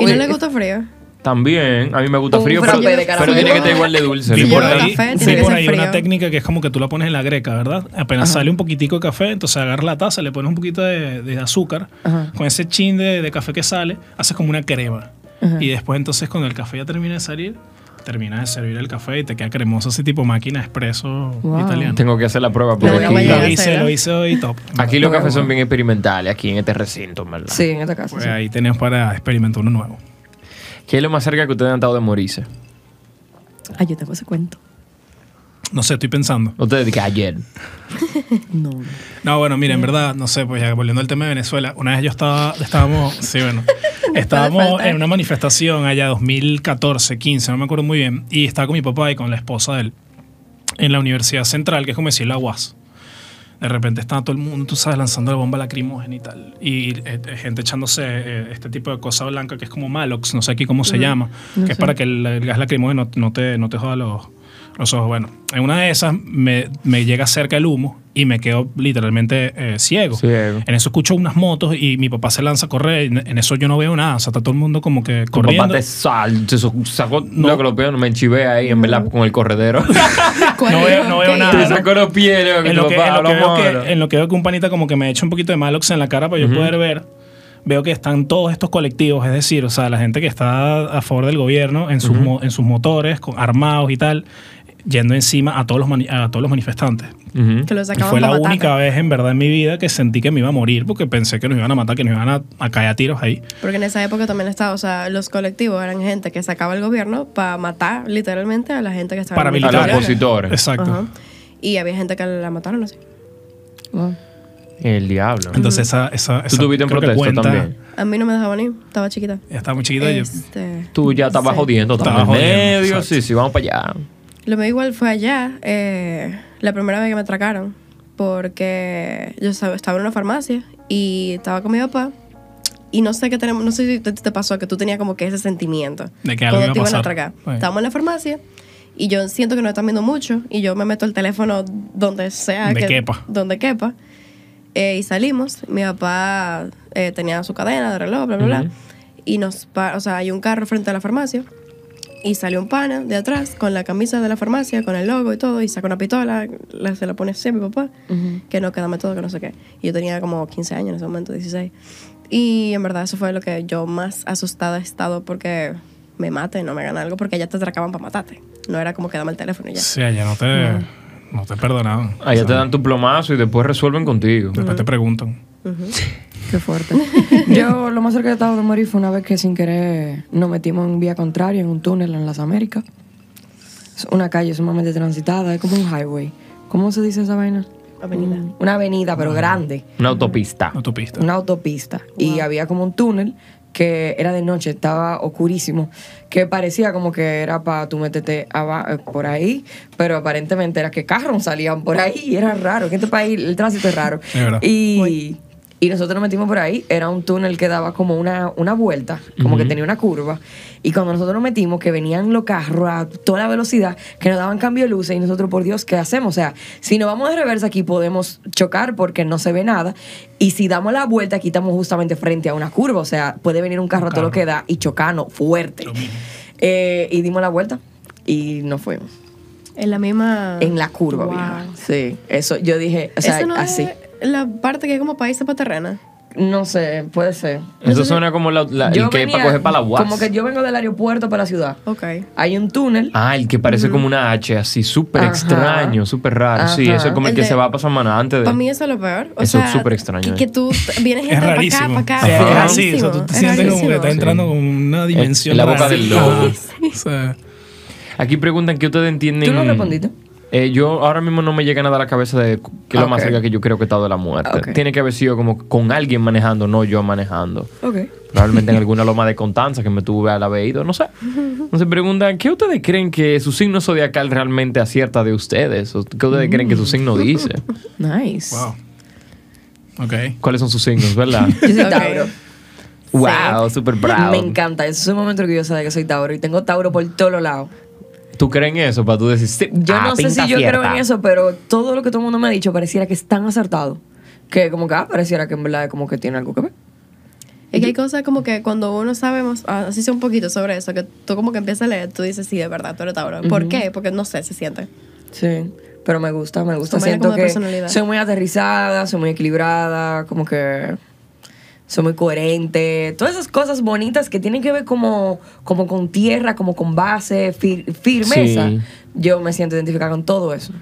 Speaker 4: ¿Y no
Speaker 3: Oye.
Speaker 4: le gusta frío?
Speaker 1: También, a mí me gusta
Speaker 3: Un
Speaker 1: frío, pero,
Speaker 3: frappé de
Speaker 1: pero
Speaker 3: caramelo.
Speaker 1: tiene que estar igual de dulce.
Speaker 2: Vi
Speaker 1: no
Speaker 2: por
Speaker 4: Pero el
Speaker 1: importa.
Speaker 2: ahí,
Speaker 4: café
Speaker 2: vi
Speaker 4: tiene que
Speaker 2: por
Speaker 4: ser
Speaker 2: ahí una
Speaker 4: frío.
Speaker 2: técnica que es como que tú la pones en la greca, ¿verdad? Apenas sale un poquitico de café, entonces agarras la taza, le pones un poquito de, de azúcar,
Speaker 3: Ajá.
Speaker 2: con ese chin de, de café que sale, haces como una crema.
Speaker 3: Ajá.
Speaker 2: Y después entonces cuando el café ya termina de salir, terminas de servir el café y te queda cremoso ese tipo máquina expreso
Speaker 3: Wow.
Speaker 2: italiano.
Speaker 1: Tengo que hacer la prueba
Speaker 4: Lo
Speaker 1: porque
Speaker 4: voy a
Speaker 1: aquí,
Speaker 2: lo
Speaker 4: mañana.
Speaker 2: hice,
Speaker 4: hacer.
Speaker 2: lo hice hoy top.
Speaker 1: aquí los cafés son bien experimentales, aquí en este recinto, en ¿verdad?
Speaker 3: Sí, en esta casa.
Speaker 2: Pues
Speaker 3: sí.
Speaker 2: ahí tenemos para experimentar uno nuevo.
Speaker 1: ¿Qué es lo más cerca que ustedes han estado de morirse?
Speaker 3: Ay, yo tengo ese cuento.
Speaker 2: No sé, estoy pensando.
Speaker 1: Ustedes dicen ayer.
Speaker 3: No.
Speaker 2: No, bueno, mira, en verdad, no sé, pues ya volviendo al tema de Venezuela, una vez yo estaba, estábamos, sí, bueno, estábamos
Speaker 4: faltar.
Speaker 2: en una manifestación allá 2014, 15, no me acuerdo muy bien, y estaba con mi papá y con la esposa de él en la Universidad Central, que es como decir la UAS. De repente estaba todo el mundo, tú sabes, lanzando la bomba lacrimógena y tal. Y eh, eh, gente echándose eh, este tipo de cosa blanca que es como Malox, no sé aquí cómo se llama, que es para que el, el gas lacrimógeno no te, no te joda los, los ojos. Bueno, en una de esas me, me llega cerca el humo y me quedo literalmente eh, ciego.
Speaker 1: Ciego.
Speaker 2: En eso escucho unas motos y mi papá se lanza a correr. En en eso yo no veo nada. O sea, está todo el mundo como que
Speaker 1: Tu papá
Speaker 2: corriendo.
Speaker 1: te sal, se so- sacó
Speaker 2: No.
Speaker 1: lo que lo peor, me enchivé ahí, en verdad, con el corredero.
Speaker 4: ¿Cuál
Speaker 2: No veo-
Speaker 4: es?
Speaker 2: no veo
Speaker 4: Ok.
Speaker 2: nada.
Speaker 1: Te sacó los pies, loco,
Speaker 2: en
Speaker 1: tu
Speaker 2: lo, que,
Speaker 1: papá,
Speaker 2: en lo que
Speaker 1: hablamos
Speaker 2: veo
Speaker 1: ahora.
Speaker 2: que, eh, en lo que veo que un panita como que me echa un poquito de malox en la cara para yo poder ver, veo que están todos estos colectivos, es decir, o sea, la gente que está a favor del gobierno en sus, mo- en sus motores, con, armados y tal, yendo encima a todos los, mani- a todos los manifestantes.
Speaker 1: Ujú.
Speaker 4: Que lo
Speaker 2: Y
Speaker 4: sacaban
Speaker 2: fue la
Speaker 4: pa' matar.
Speaker 2: única vez en verdad en mi vida que sentí que me iba a morir porque pensé que nos iban a matar, que nos iban a, a caer a tiros ahí.
Speaker 4: Porque en esa época también estaba, o sea, los colectivos eran gente que sacaba el gobierno para matar literalmente a la gente que estaba en
Speaker 2: Paramilitares.
Speaker 1: A los
Speaker 4: la
Speaker 2: Militares.
Speaker 1: opositores.
Speaker 2: pues, Exacto.
Speaker 4: Ajá. Y había gente que la mataron, así.
Speaker 3: Wow.
Speaker 1: El diablo.
Speaker 2: Entonces esa, esa, esa
Speaker 1: Tú estuviste en
Speaker 2: creo que
Speaker 1: protesta
Speaker 2: cuenta-
Speaker 1: también.
Speaker 4: A mí no me dejaban ir, estaba chiquita.
Speaker 2: Estaba muy chiquito. yo-
Speaker 4: Este,
Speaker 1: Tú ya estabas
Speaker 4: sí.
Speaker 1: jodiendo, estabas en
Speaker 2: Estaba jodiendo,
Speaker 1: medio.
Speaker 2: exacto.
Speaker 1: Sí, sí, vamos para allá.
Speaker 4: Lo mío igual fue allá, eh, la primera vez que me atracaron, porque yo sab- estaba en una farmacia y estaba con mi papá. Y no sé qué tenemos, no sé si te, te pasó que tú tenías como que ese sentimiento.
Speaker 2: De que algo
Speaker 4: cuando
Speaker 2: iba a
Speaker 4: te iban
Speaker 2: pasar.
Speaker 4: atracar.
Speaker 2: Sí.
Speaker 4: Estábamos en la farmacia y yo siento que no están viendo mucho y yo me meto el teléfono donde sea.
Speaker 2: Donde
Speaker 4: que-
Speaker 2: quepa.
Speaker 4: Donde quepa. Eh, y salimos. Mi papá eh, tenía su cadena de reloj, bla, bla, bla.
Speaker 1: Ujú.
Speaker 4: Y nos, pa- o sea, hay un carro frente a la farmacia. Y salió un pana de atrás con la camisa de la farmacia, con el logo y todo, y saca una pistola, la- se la pone así a mi papá, que no, quédame todo, que no sé qué. Y yo tenía como 15 años en ese momento, 16. Y en verdad eso fue lo que yo más asustada he estado porque me maten, no me hagan algo, porque allá te atracaban para matarte. No era como que dame el teléfono y ya.
Speaker 2: Sí, allá no te, no te perdonaban.
Speaker 1: Allá te dan tu plomazo y después resuelven contigo.
Speaker 2: Después te preguntan.
Speaker 3: Qué fuerte. Yo lo más cerca que he estado de morir fue una vez que sin querer nos metimos en vía contraria, en un túnel en las Américas. Es una calle sumamente transitada, es como un highway. ¿Cómo se dice esa vaina?
Speaker 4: Avenida.
Speaker 3: Mm, Una avenida, pero grande.
Speaker 1: Una autopista.
Speaker 2: Autopista.
Speaker 3: Una autopista. Y había como un túnel que era de noche, estaba oscurísimo, que parecía como que era para tú meterte aba- eh, por ahí, pero aparentemente era que carros salían por ahí y era raro. Que este país el tránsito es raro.
Speaker 2: Es verdad.
Speaker 3: Y, y nosotros nos metimos por ahí, era un túnel que daba como una, una vuelta, como que tenía una curva. Y cuando nosotros nos metimos, que venían los carros a toda la velocidad, que nos daban cambio de luces, y nosotros, por Dios, ¿qué hacemos? O sea, si nos vamos de reversa aquí podemos chocar porque no se ve nada. Y si damos la vuelta, aquí estamos justamente frente a una curva. O sea, puede venir un carro, a todo lo que da y chocarnos fuerte. Eh, y dimos la vuelta y nos fuimos.
Speaker 4: En la misma...
Speaker 3: En la curva,
Speaker 4: Wow.
Speaker 3: vieja. Sí, eso yo dije, o sea,
Speaker 4: ¿Esa no
Speaker 3: así.
Speaker 4: es la parte que es como país para terrena?
Speaker 3: No sé, puede ser.
Speaker 1: Eso suena como la, la- el que para coger para la UAS.
Speaker 3: Como que yo vengo del aeropuerto para la ciudad.
Speaker 4: Ok.
Speaker 3: Hay un túnel.
Speaker 1: Ah, el que parece como una H, así súper
Speaker 3: Ajá.
Speaker 1: extraño, súper raro. Sí,
Speaker 3: Ajá.
Speaker 1: eso es como el
Speaker 4: El
Speaker 1: que
Speaker 4: de-
Speaker 1: se va para Samaná antes
Speaker 4: Para
Speaker 1: de.
Speaker 4: mí eso es lo peor. O
Speaker 1: Eso es
Speaker 4: sea,
Speaker 1: súper extraño,
Speaker 4: Que,
Speaker 1: ¿eh?
Speaker 4: que tú t- vienes gente
Speaker 2: Es
Speaker 4: para acá,
Speaker 2: rarísimo.
Speaker 4: para acá.
Speaker 2: Sí, es
Speaker 4: rarísimo,
Speaker 2: así, o sea, tú te
Speaker 4: es
Speaker 2: sientes como que
Speaker 4: rarísimo.
Speaker 2: estás entrando con una dimensión.
Speaker 1: En la boca
Speaker 2: rara.
Speaker 1: del lobo.
Speaker 2: Ajá. O sea,
Speaker 1: Aquí preguntan que ustedes entienden.
Speaker 3: ¿Tú no respondiste?
Speaker 1: Eh, yo ahora mismo no me llega nada a la cabeza de cu- qué es lo más
Speaker 3: Ok.
Speaker 1: cerca que yo creo que he estado de la muerte.
Speaker 3: Ok.
Speaker 1: Tiene que haber sido como con alguien manejando, no yo manejando.
Speaker 3: Ok.
Speaker 1: Probablemente en alguna loma de Contanza que me tuve al haber ido, no sé. Entonces preguntan, ¿qué ustedes creen que su signo zodiacal realmente acierta de ustedes? ¿O ¿Qué ustedes creen que su signo dice?
Speaker 3: Nice.
Speaker 2: wow. Ok.
Speaker 1: ¿Cuáles son sus signos, verdad?
Speaker 3: Yo soy
Speaker 4: Ok.
Speaker 3: Tauro.
Speaker 1: wow, súper bravo.
Speaker 3: Me encanta. Eso es un momento orgullosa de que soy Tauro y tengo Tauro por todos los lados.
Speaker 1: ¿Tú crees en eso para tú decir, sí,
Speaker 3: Yo
Speaker 1: ah,
Speaker 3: no sé si
Speaker 1: pinta
Speaker 3: yo creo
Speaker 1: cierta?
Speaker 3: en eso, pero todo lo que todo el mundo me ha dicho pareciera que es tan acertado que como que ah, pareciera que en verdad como que tiene algo que ver.
Speaker 4: Es que hay cosas como que cuando uno sabemos, así sea un poquito sobre eso, que tú como que empiezas a leer, tú dices, sí, de verdad, tú eres Tauro. ¿Por qué? Porque no sé, se siente.
Speaker 3: Sí. Pero me gusta, me gusta.
Speaker 4: Son varias
Speaker 3: Siento
Speaker 4: como de
Speaker 3: que
Speaker 4: personalidad.
Speaker 3: soy muy aterrizada, soy muy equilibrada, como que soy muy coherente, todas esas cosas bonitas que tienen que ver como, como con tierra, como con base, fir- firmeza.
Speaker 1: Sí.
Speaker 3: Yo me siento identificada con todo eso.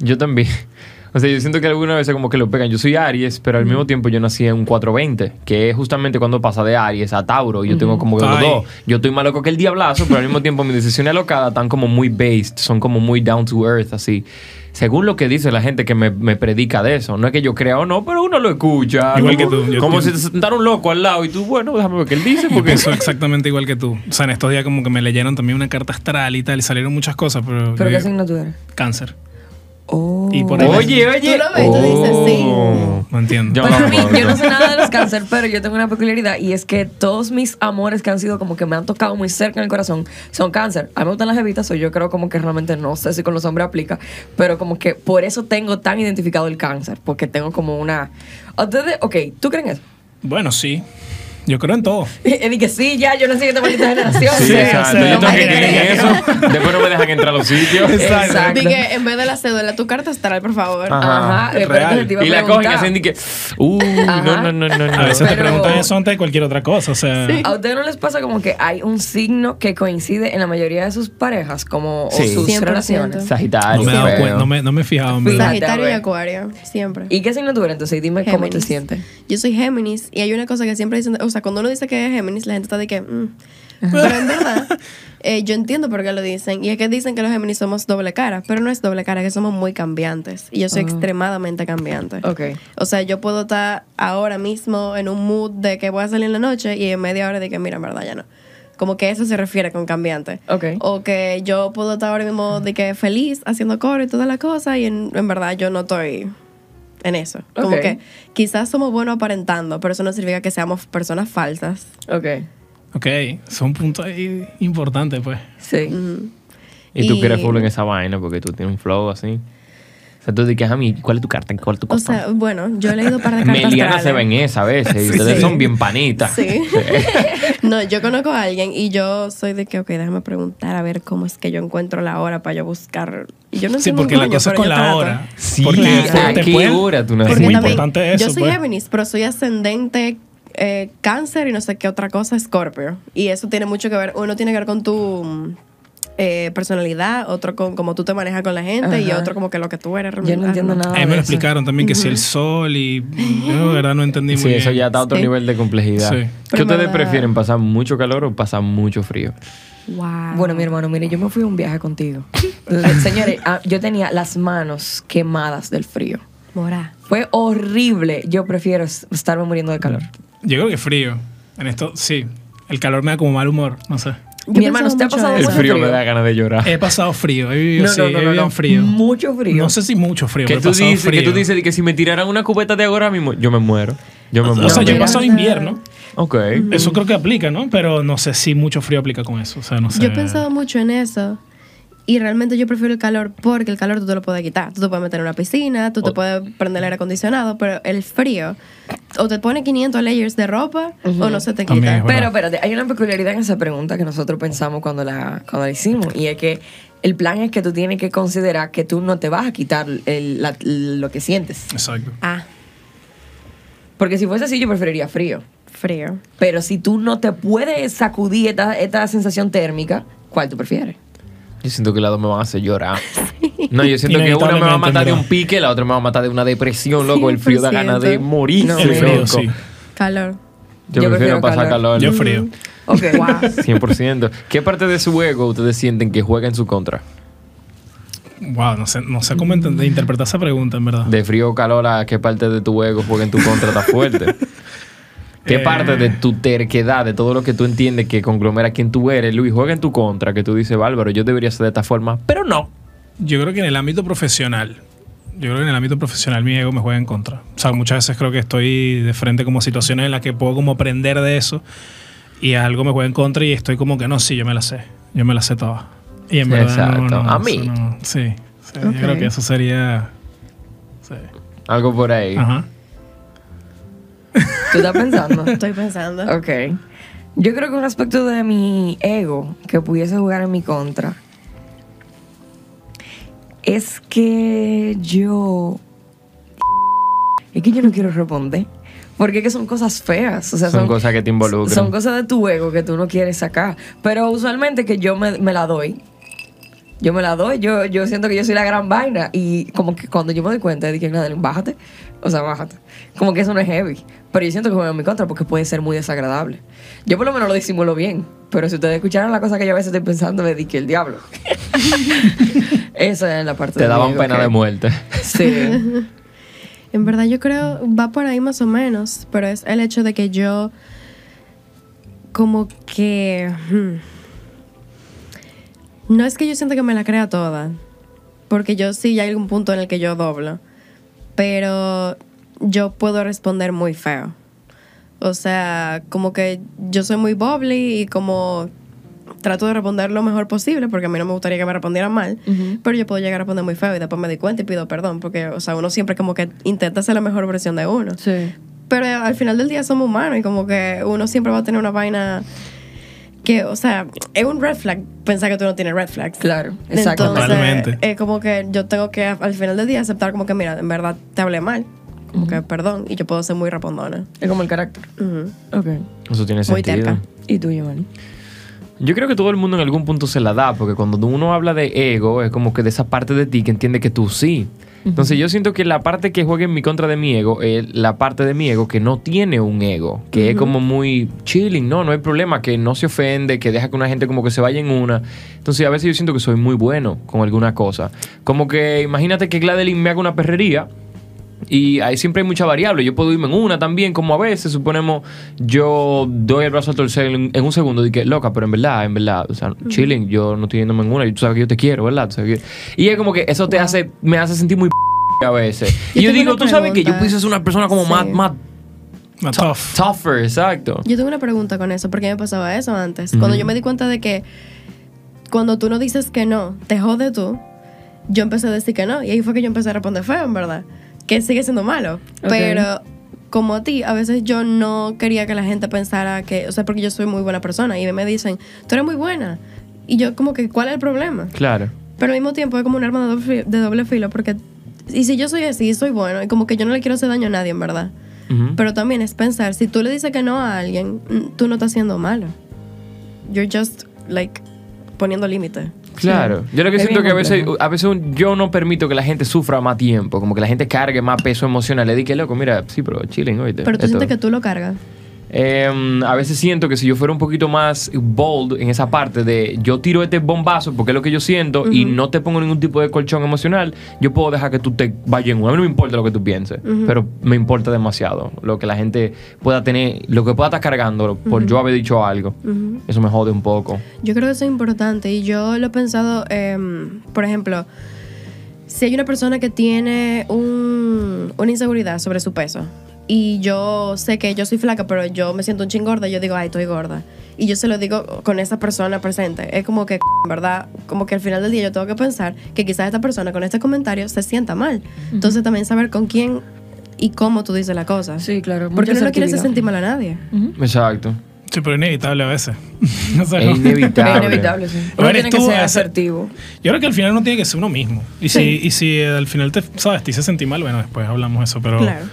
Speaker 1: Yo también. O sea, yo siento que alguna vez como que lo pegan. Yo soy Aries, pero al
Speaker 2: Mm.
Speaker 1: mismo tiempo yo nací en un 420, que es justamente cuando pasa de Aries a Tauro. Yo tengo como que los
Speaker 2: Mm. Ay.
Speaker 1: dos. Yo estoy más loco que el diablazo, pero al mismo tiempo mis decisiones alocadas están como muy based, son como muy down to earth, así. Según lo que dice la gente que me, me predica de eso. No es que yo crea o no, pero uno lo escucha.
Speaker 2: Igual que
Speaker 1: Como-
Speaker 2: tú, yo-
Speaker 1: como
Speaker 2: yo-
Speaker 1: si te sentara un loco al lado y tú, bueno, déjame ver qué él dice,
Speaker 2: Porque
Speaker 1: porque
Speaker 2: eso exactamente igual que tú. O sea, en estos días como que me leyeron también una carta astral y tal, y salieron muchas cosas, pero...
Speaker 3: ¿Pero
Speaker 2: yo-
Speaker 3: qué signo tú eres?
Speaker 2: Cáncer.
Speaker 3: Oh.
Speaker 2: Y por ahí-
Speaker 1: Oye, Oh. oye.
Speaker 4: Tú lo ves, tú dices, sí.
Speaker 2: No entiendo.
Speaker 1: Yo
Speaker 3: Bueno,
Speaker 1: no,
Speaker 3: a mí,
Speaker 1: no,
Speaker 3: yo
Speaker 1: no.
Speaker 3: no sé nada de los cáncer, pero yo tengo una peculiaridad y es que todos mis amores que han sido como que me han tocado muy cerca en el corazón son cáncer. A mí me gustan las jevitas, o yo creo como que realmente no sé si con los hombres aplica, pero como que por eso tengo tan identificado el cáncer, porque tengo como una... Ustedes, ok, ¿tú creen eso?
Speaker 2: Bueno, sí. Yo creo en todo.
Speaker 3: Y que sí, ya, yo nací en esta maldita generación.
Speaker 1: Sí,
Speaker 2: Sí,
Speaker 1: exacto.
Speaker 2: o sea,
Speaker 1: Yo
Speaker 2: no
Speaker 1: tengo
Speaker 2: me
Speaker 1: que creer en
Speaker 2: creo.
Speaker 1: eso. Después no me dejan entrar a los sitios.
Speaker 2: Exacto.
Speaker 3: Exacto.
Speaker 4: Dije, en vez de la cédula, tu carta estará, por favor.
Speaker 1: Ah.
Speaker 3: Ajá,
Speaker 2: Ajá,
Speaker 3: eh, pero
Speaker 2: real.
Speaker 3: entonces te iba a
Speaker 1: Y la cogen y
Speaker 3: preguntar,
Speaker 1: hacen y que. Uh,
Speaker 3: Ajá.
Speaker 1: no, no, no, no. no.
Speaker 2: A veces te
Speaker 3: Pero-
Speaker 2: preguntan eso antes de cualquier otra cosa, o sea...
Speaker 3: ¿A ustedes no les pasa como que hay un signo que coincide en la mayoría de sus parejas como,
Speaker 1: Sí.
Speaker 3: o sus
Speaker 4: 100%.
Speaker 3: relaciones?
Speaker 1: Sagitario.
Speaker 2: No me he dado
Speaker 1: feo.
Speaker 2: cuenta, no me, no me he fijado. en verdad.
Speaker 4: Sagitario y
Speaker 3: Fíjate,
Speaker 4: Acuario, siempre.
Speaker 3: ¿Y qué signo tú eres? Entonces, y dime cómo te
Speaker 4: Géminis.
Speaker 3: sientes.
Speaker 4: Yo soy Géminis y hay una cosa que siempre dicen, o sea, cuando uno dice que es Géminis, la gente está de que... mm. Pero en verdad, eh, yo entiendo por qué lo dicen. Y es que dicen que los Géminis somos doble cara, pero no es doble cara, que somos muy cambiantes. Y yo soy
Speaker 3: Ah.
Speaker 4: extremadamente cambiante.
Speaker 3: Ok.
Speaker 4: O sea, yo puedo estar ahora mismo en un mood de que voy a salir en la noche y en media hora de que, mira, en verdad ya no. Como que eso se refiere con cambiante.
Speaker 3: Ok.
Speaker 4: O que yo puedo estar ahora mismo de que feliz haciendo coro y toda la cosa y en, en verdad yo no estoy en eso. Como
Speaker 3: Ok.
Speaker 4: que quizás somos buenos aparentando, pero eso no significa que seamos personas falsas.
Speaker 3: Ok.
Speaker 2: Ok, son puntos ahí importantes, pues.
Speaker 3: Sí.
Speaker 4: Mm,
Speaker 1: Y tú
Speaker 4: Y-
Speaker 1: quieres full en esa vaina porque tú tienes un flow así. O sea, tú dices, a mí, ¿cuál es tu carta? ¿Cuál es tu
Speaker 4: O
Speaker 1: carta?
Speaker 4: sea, bueno, yo he leído un par de cartas
Speaker 1: Meliana se
Speaker 4: astrales.
Speaker 1: ven esa a veces. Y ustedes
Speaker 4: Sí.
Speaker 1: son bien panitas.
Speaker 4: Sí. no, yo conozco a alguien y yo soy de que, ok, déjame preguntar a ver cómo es que yo encuentro la hora para yo buscar. Y yo no
Speaker 2: Sí,
Speaker 4: entiendo un
Speaker 2: porque la
Speaker 4: coño,
Speaker 2: cosa es
Speaker 4: pero
Speaker 2: con
Speaker 4: yo
Speaker 2: la
Speaker 4: trato.
Speaker 2: hora.
Speaker 1: Sí,
Speaker 2: porque
Speaker 1: ¿a
Speaker 2: te
Speaker 1: qué
Speaker 2: pueden-
Speaker 1: hora tú
Speaker 2: Es
Speaker 1: naciste?
Speaker 4: Porque
Speaker 2: muy
Speaker 1: también-
Speaker 2: importante eso,
Speaker 4: Yo soy
Speaker 2: pues.
Speaker 4: Géminis, pero soy ascendente eh, cáncer y no sé qué otra cosa, Scorpio. Y eso tiene mucho que ver, uno tiene que ver con tu mm, eh, personalidad, otro con cómo tú te manejas con la gente y
Speaker 3: Ajá.
Speaker 4: otro como que lo que tú eres.
Speaker 3: Yo no entiendo nada.
Speaker 2: Ahí me
Speaker 3: de
Speaker 2: lo
Speaker 3: eso.
Speaker 2: explicaron también que si el sol y... Yo de verdad no entendí muy
Speaker 1: Sí, eso
Speaker 2: bien.
Speaker 1: ya está a otro
Speaker 4: Sí.
Speaker 1: nivel de complejidad.
Speaker 2: Sí.
Speaker 1: ¿Qué
Speaker 4: Pero
Speaker 1: ustedes
Speaker 4: verdad-
Speaker 1: prefieren? ¿Pasar mucho calor o pasar mucho frío?
Speaker 4: Wow.
Speaker 3: Bueno, mi hermano, mire, yo me fui a un viaje contigo. Entonces, Señores, ah, yo tenía las manos quemadas del frío.
Speaker 4: Mora.
Speaker 3: Fue horrible. Yo prefiero es- estarme muriendo de calor.
Speaker 2: Yo creo que frío. En esto, sí. El calor me da como mal humor, no sé.
Speaker 4: Yo
Speaker 3: mi hermano, ¿usted ha
Speaker 4: pensaba mucho
Speaker 3: pasado
Speaker 4: de
Speaker 1: El
Speaker 4: Mucho
Speaker 3: mucho
Speaker 1: frío me da ganas de llorar.
Speaker 2: He pasado frío, he vivido, sí, he vivido en frío.
Speaker 3: Mucho frío.
Speaker 2: No sé si mucho frío,
Speaker 1: que
Speaker 2: pero he
Speaker 1: tú
Speaker 2: pasado
Speaker 1: dices
Speaker 2: frío.
Speaker 1: que tú dices de que si me tiraran una cubeta de ahora mismo yo me muero yo me
Speaker 2: O
Speaker 1: muero
Speaker 2: sea, yo he
Speaker 4: No,
Speaker 2: pasado
Speaker 4: pero-
Speaker 2: invierno.
Speaker 1: ok
Speaker 2: Eso creo que aplica, ¿no? Pero no sé si mucho frío aplica con eso. O sea, no sé.
Speaker 4: Yo he pensado mucho en eso. Y realmente yo prefiero el calor porque el calor tú te lo puedes quitar. Tú te puedes meter en una piscina, tú te puedes prender el aire acondicionado, pero el frío, o te pone 500 layers de ropa o no se te
Speaker 2: También
Speaker 4: quita.
Speaker 2: es
Speaker 3: Pero
Speaker 2: Bueno.
Speaker 3: espérate, hay una peculiaridad en esa pregunta que nosotros pensamos cuando la, cuando la hicimos y es que el plan es que tú tienes que considerar que tú no te vas a quitar el- la- lo que sientes.
Speaker 2: Exacto.
Speaker 4: Ah,
Speaker 3: Porque si fuese así yo preferiría frío.
Speaker 4: frío.
Speaker 3: Pero si tú no te puedes sacudir esta, esta sensación térmica, ¿cuál tú prefieres?
Speaker 1: yo siento que las dos me van a hacer llorar no yo siento que una me va a matar de un pique la otra me va a matar de una depresión loco el frío da ganas de
Speaker 4: 100%.
Speaker 1: morir
Speaker 3: No,
Speaker 2: el frío,
Speaker 1: loco.
Speaker 2: sí.
Speaker 4: Calor.
Speaker 1: yo, prefiero pasar calor,
Speaker 2: Yo frío.
Speaker 3: Ok.
Speaker 4: Wow.
Speaker 1: 100% ¿qué parte de su juego ustedes sienten que juega en su contra?
Speaker 2: Wow, no sé, no sé cómo entender, interpretar esa pregunta, en verdad.
Speaker 1: de frío o calor a qué parte de tu juego juega en tu contra está fuerte ¿Qué
Speaker 2: Eh.
Speaker 1: parte de tu terquedad, de todo lo que tú entiendes que conglomera quién tú eres, Luis, juega en tu contra? Que tú dices, Bárbaro, yo debería ser de esta forma, pero no.
Speaker 2: Yo creo que en el ámbito profesional. Yo creo que en el ámbito profesional mi ego me juega en contra. O sea, muchas veces creo que estoy de frente como a situaciones en las que puedo como aprender de eso y algo me juega en contra y estoy como que no, sí, yo me la sé. Yo me la sé toda. Y en verdad no,
Speaker 1: Exacto.
Speaker 2: no,
Speaker 1: A
Speaker 2: eso
Speaker 1: mí.
Speaker 2: no. sí. Sí,
Speaker 4: Ok.
Speaker 2: Yo creo que eso sería... sí.
Speaker 1: Algo por ahí.
Speaker 4: Ah.
Speaker 2: Ajá.
Speaker 3: ¿Tú estás pensando?
Speaker 4: Estoy pensando.
Speaker 3: Ok. Yo creo que un aspecto de mi ego que pudiese jugar en mi contra es que yo. Es que yo no quiero responder. Porque es que son cosas feas. O sea,
Speaker 1: Son cosas que te involucran.
Speaker 3: Son cosas de tu ego que tú no quieres sacar. Pero usualmente que yo me, me la doy. Yo me la doy, yo, yo siento que yo soy la gran vaina. Y como que cuando yo me doy cuenta, dije, nada, bájate. O sea, bájate. Como que eso no es heavy. Pero yo siento que juegan en mi contra porque puede ser muy desagradable. Yo por lo menos lo disimulo bien. Pero si ustedes escucharan la cosa que yo a veces estoy pensando, me dije, el diablo. Esa es la parte
Speaker 1: Te
Speaker 3: del
Speaker 1: daban
Speaker 3: ego
Speaker 1: pena
Speaker 3: que-
Speaker 1: de muerte.
Speaker 3: Sí.
Speaker 4: En verdad yo creo, va por ahí más o menos, pero es el hecho de que yo como que... hmm, no es que yo sienta que me la crea toda, porque yo sí hay algún punto en el que yo doblo, pero yo puedo responder muy feo. O sea, como que yo soy muy bubbly y como trato de responder lo mejor posible porque a mí no me gustaría que me respondieran mal,
Speaker 3: Ujú.
Speaker 4: pero yo puedo llegar a responder muy feo y después me di cuenta y pido perdón porque, o sea, uno siempre como que intenta ser la mejor versión de uno.
Speaker 3: sí.
Speaker 4: Pero eh, al final del día somos humanos y como que uno siempre va a tener una vaina que, o sea, es un red flag pensar que tú no tienes red flags.
Speaker 3: Claro, exacto.
Speaker 4: Entonces,
Speaker 2: Totalmente.
Speaker 4: es como que yo tengo que al final del día aceptar como que, mira, en verdad te hablé mal, como que perdón, y yo puedo ser muy respondona.
Speaker 3: Es como el carácter.
Speaker 4: Ujú.
Speaker 3: Ok.
Speaker 1: Eso tiene
Speaker 4: Muy
Speaker 1: sentido.
Speaker 4: terca.
Speaker 3: ¿Y tú, Giovanni?
Speaker 1: Yo creo que todo el mundo en algún punto se la da, porque cuando uno habla de ego, es como que de esa parte de ti que entiende que tú sí. Entonces yo siento que la parte que juega en mi contra de mi ego es la parte de mi ego que no tiene un ego, que es como muy chilling, no, no hay problema, que no se ofende, que deja que una gente como que se vaya en una. Entonces a veces yo siento que soy muy bueno con alguna cosa. Como que imagínate que Gladeline me haga una perrería, y ahí siempre hay mucha variable. Yo puedo irme en una también, como a veces, suponemos, yo doy el brazo a torcer en, en un segundo y que, loca, pero en verdad, en verdad, o sea, chilling, yo no estoy yéndome en una, y tú sabes que yo te quiero, ¿verdad? Tú sabes que- Y es como que eso te hace, me hace sentir muy p- a veces.
Speaker 4: Yo
Speaker 1: y yo
Speaker 4: tengo
Speaker 1: digo,
Speaker 4: una
Speaker 1: tú sabes que yo
Speaker 4: pregunta.
Speaker 1: pudiese ser una persona como
Speaker 4: Sí.
Speaker 1: más, más
Speaker 2: Más
Speaker 1: tou-
Speaker 2: tough.
Speaker 1: tougher, exacto.
Speaker 4: Yo tengo una pregunta con eso, porque me pasaba eso antes.
Speaker 1: Ujú.
Speaker 4: Cuando yo me di cuenta de que cuando tú no dices que no, te jode tú, yo empecé a decir que no. Y ahí fue que yo empecé a responder feo, en verdad. Que sigue siendo malo.
Speaker 3: Ok.
Speaker 4: Pero como a ti, a veces yo no quería que la gente pensara que, o sea, porque yo soy muy buena persona y me dicen, tú eres muy buena. Y yo como que, ¿cuál es el problema?
Speaker 1: Claro.
Speaker 4: Pero al mismo tiempo es como un arma de doble, fi- de doble filo, porque... Y si yo soy así, soy bueno, y como que yo no le quiero hacer daño a nadie, en verdad.
Speaker 1: Ujú.
Speaker 4: Pero también es pensar, si tú le dices que no a alguien, mm, tú no estás siendo malo. You're just like poniendo límite.
Speaker 1: Claro. Yo lo que
Speaker 3: Es
Speaker 1: siento
Speaker 3: bien
Speaker 1: que a veces,
Speaker 3: complejo.
Speaker 1: a veces un- yo no permito que la gente sufra más tiempo, como que la gente cargue más peso emocional. Le di que loco, mira, sí, pero chilling, oíste.
Speaker 4: Pero tú
Speaker 1: esto-
Speaker 4: sientes que tú lo cargas.
Speaker 1: Em, a veces siento que si yo fuera un poquito más bold en esa parte de yo tiro este bombazo porque es lo que yo siento y no te pongo ningún tipo de colchón emocional, yo puedo dejar que tú te vayas en una. A mí no me importa lo que tú pienses, pero me importa demasiado lo que la gente pueda tener, lo que pueda estar cargando por yo haber dicho algo. Eso me jode un poco.
Speaker 4: Yo creo que eso es importante y yo lo he pensado, em, por ejemplo, si hay una persona que tiene un- una inseguridad sobre su peso y yo sé que yo soy flaca, pero yo me siento un ching gorda, yo digo, ay, estoy gorda. Y yo se lo digo con esa persona presente. Es como que, en verdad, como que al final del día yo tengo que pensar que quizás esta persona con este comentario se sienta mal. Entonces también saber con quién y cómo tú dices la cosa.
Speaker 3: Sí, claro,
Speaker 4: Porque
Speaker 3: mucha
Speaker 4: uno no quiere hacer
Speaker 3: asertividad.
Speaker 4: sentir mal a nadie.
Speaker 1: Exacto.
Speaker 2: Sí, pero inevitable a veces. O sea,
Speaker 1: Es
Speaker 2: no-
Speaker 1: inevitable.
Speaker 3: Es inevitable, sí.
Speaker 2: A
Speaker 3: Uno
Speaker 2: ver,
Speaker 3: tiene que
Speaker 2: estuvo
Speaker 3: ser
Speaker 2: a-
Speaker 3: asertivo.
Speaker 2: Yo creo que al final uno tiene que ser uno mismo. Y si,
Speaker 3: Sí.
Speaker 2: y si eh, al final te, sabes, te hice sentir mal, bueno, después hablamos de eso, pero
Speaker 4: Claro.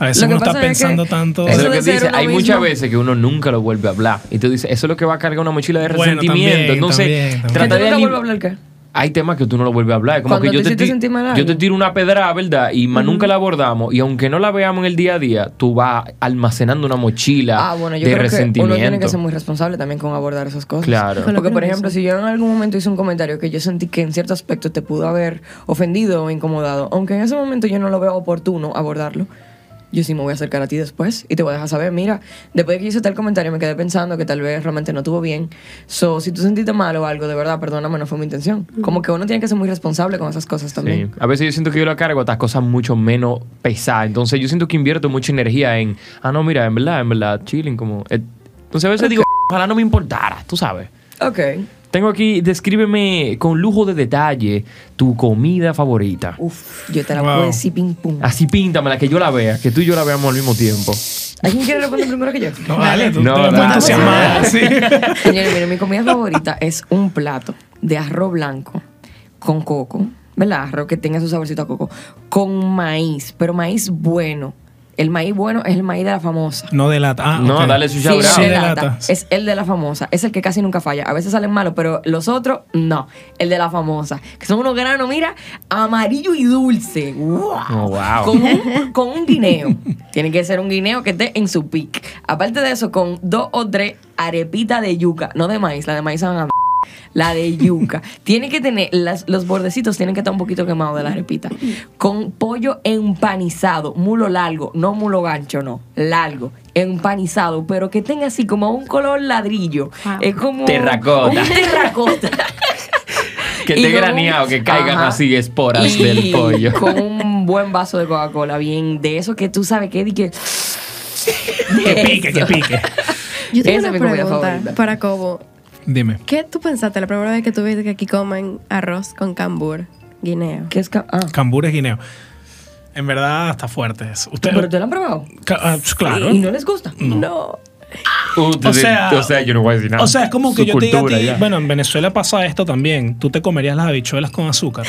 Speaker 2: a veces
Speaker 3: Lo que
Speaker 2: uno está
Speaker 3: pasa es que-
Speaker 2: pensando tanto.
Speaker 1: Eso es
Speaker 3: Eso
Speaker 1: lo
Speaker 3: de
Speaker 1: que
Speaker 3: ser
Speaker 1: dice.
Speaker 3: uno
Speaker 1: Hay
Speaker 3: mismo.
Speaker 1: muchas veces que uno nunca lo vuelve a hablar. Y tú dices, eso es lo que va a cargar una mochila de
Speaker 2: Bueno,
Speaker 1: resentimiento.
Speaker 2: también,
Speaker 1: Entonces,
Speaker 2: también, también.
Speaker 3: ¿Que
Speaker 1: trata de
Speaker 3: tú nunca
Speaker 1: alim-
Speaker 3: vuelvas a hablar qué?
Speaker 1: hay temas que tú no lo vuelves a hablar. Es como
Speaker 3: Cuando
Speaker 1: que yo
Speaker 3: te
Speaker 1: te,
Speaker 3: hiciste
Speaker 1: ti-
Speaker 3: sentir mal a
Speaker 1: yo te
Speaker 3: alguien.
Speaker 1: tiro una pedrada, ¿verdad? Y más nunca la abordamos. Y aunque no la veamos en el día a día, tú vas almacenando una mochila
Speaker 3: Ah, bueno, yo
Speaker 1: de
Speaker 3: creo que
Speaker 1: resentimiento.
Speaker 3: uno tiene que ser muy responsable también con abordar esas cosas.
Speaker 1: Claro. Híjole,
Speaker 3: Porque,
Speaker 4: creo
Speaker 3: por
Speaker 4: que
Speaker 3: ejemplo,
Speaker 4: sí.
Speaker 3: si yo en algún momento hice un comentario que yo sentí que en cierto aspecto te pudo haber ofendido o incomodado, aunque en ese momento yo no lo veo oportuno abordarlo, yo sí me voy a acercar a ti después y te voy a dejar saber, mira, después de que hice tal comentario me quedé pensando que tal vez realmente no estuvo bien. So, si tú sentiste mal o algo, de verdad, perdóname, no fue mi intención. Como que uno tiene que ser muy responsable con esas cosas
Speaker 1: Sí.
Speaker 3: también.
Speaker 1: A veces yo siento que yo la cargo a estas cosas mucho menos pesadas. Entonces yo siento que invierto mucha energía en, ah, no, mira, en verdad, en verdad, chilling. como eh. Entonces a veces digo, ojalá no me importara, tú sabes.
Speaker 3: Ok.
Speaker 1: Tengo aquí, descríbeme con lujo de detalle tu comida favorita.
Speaker 3: Uf, yo te la
Speaker 2: Wow.
Speaker 3: puedo decir ping pong.
Speaker 1: Así píntamela, que yo la vea, que tú y yo la veamos al mismo tiempo.
Speaker 3: ¿Alguien quiere responder primero que yo?
Speaker 2: No, vale, tú,
Speaker 1: No,
Speaker 2: tú eres
Speaker 1: dale.
Speaker 2: muy entusiasmada. sí.
Speaker 3: Señores, miren, mi comida favorita es un plato de arroz blanco con coco, ¿verdad? Arroz que tenga su saborcito a coco, con maíz, pero maíz bueno, El maíz bueno es el maíz de la famosa.
Speaker 2: No delata. Ah,
Speaker 1: No,
Speaker 2: ok.
Speaker 1: dale su
Speaker 3: Sí,
Speaker 1: Ya
Speaker 3: el
Speaker 1: bravo.
Speaker 3: de
Speaker 1: Sí,
Speaker 3: lata.
Speaker 2: delata.
Speaker 3: Es el de la famosa. Es el que casi nunca falla. A veces salen malos, pero los otros, no. El de la famosa. Que son unos granos, mira, amarillo y dulce. ¡Wow!
Speaker 1: Oh, wow.
Speaker 3: Con, un, con un guineo. Tiene que ser un guineo que esté en su pic. Aparte de eso, con dos o tres arepitas de yuca. No de maíz, la de maíz se van a... m- La de yuca. Tiene que tener, las- los bordecitos tienen que estar un poquito quemados
Speaker 4: Mm.
Speaker 3: de la arepita. Con pollo empanizado, mulo largo, no mulo gancho, no, largo, empanizado, pero que tenga así como un color ladrillo.
Speaker 4: Wow.
Speaker 3: Es como.
Speaker 1: Terracota.
Speaker 3: un terracota.
Speaker 1: Que
Speaker 3: Y
Speaker 1: esté
Speaker 3: con un-
Speaker 1: graneado, que caigan
Speaker 3: Ajá.
Speaker 1: así esporas
Speaker 3: Y
Speaker 1: del pollo.
Speaker 3: Con un buen vaso de Coca-Cola, bien, de eso que tú sabes que. di que
Speaker 2: Que pique, que pique.
Speaker 4: Yo tengo
Speaker 3: Esa es mi
Speaker 4: una
Speaker 3: comida
Speaker 4: pregunta
Speaker 3: favorita.
Speaker 4: para Cobo.
Speaker 2: Dime.
Speaker 4: ¿Qué tú pensaste la primera vez que tú viste que aquí comen arroz con cambur, guineo?
Speaker 3: ¿Qué es ca- ah,
Speaker 2: Cambur es guineo. En verdad está fuerte eso. Usted,
Speaker 3: ¿Pero te lo han probado?
Speaker 2: Ca- ah, pues, claro.
Speaker 3: ¿Y no les gusta?
Speaker 4: No.
Speaker 2: O sea-
Speaker 1: Uh, o sea, yo no voy a decir nada.
Speaker 2: O sea, es como que
Speaker 1: Su
Speaker 2: yo te diga a
Speaker 1: cultura
Speaker 2: ti,
Speaker 1: ya.
Speaker 2: bueno, en Venezuela pasa esto también. Tú te comerías las habichuelas con azúcar.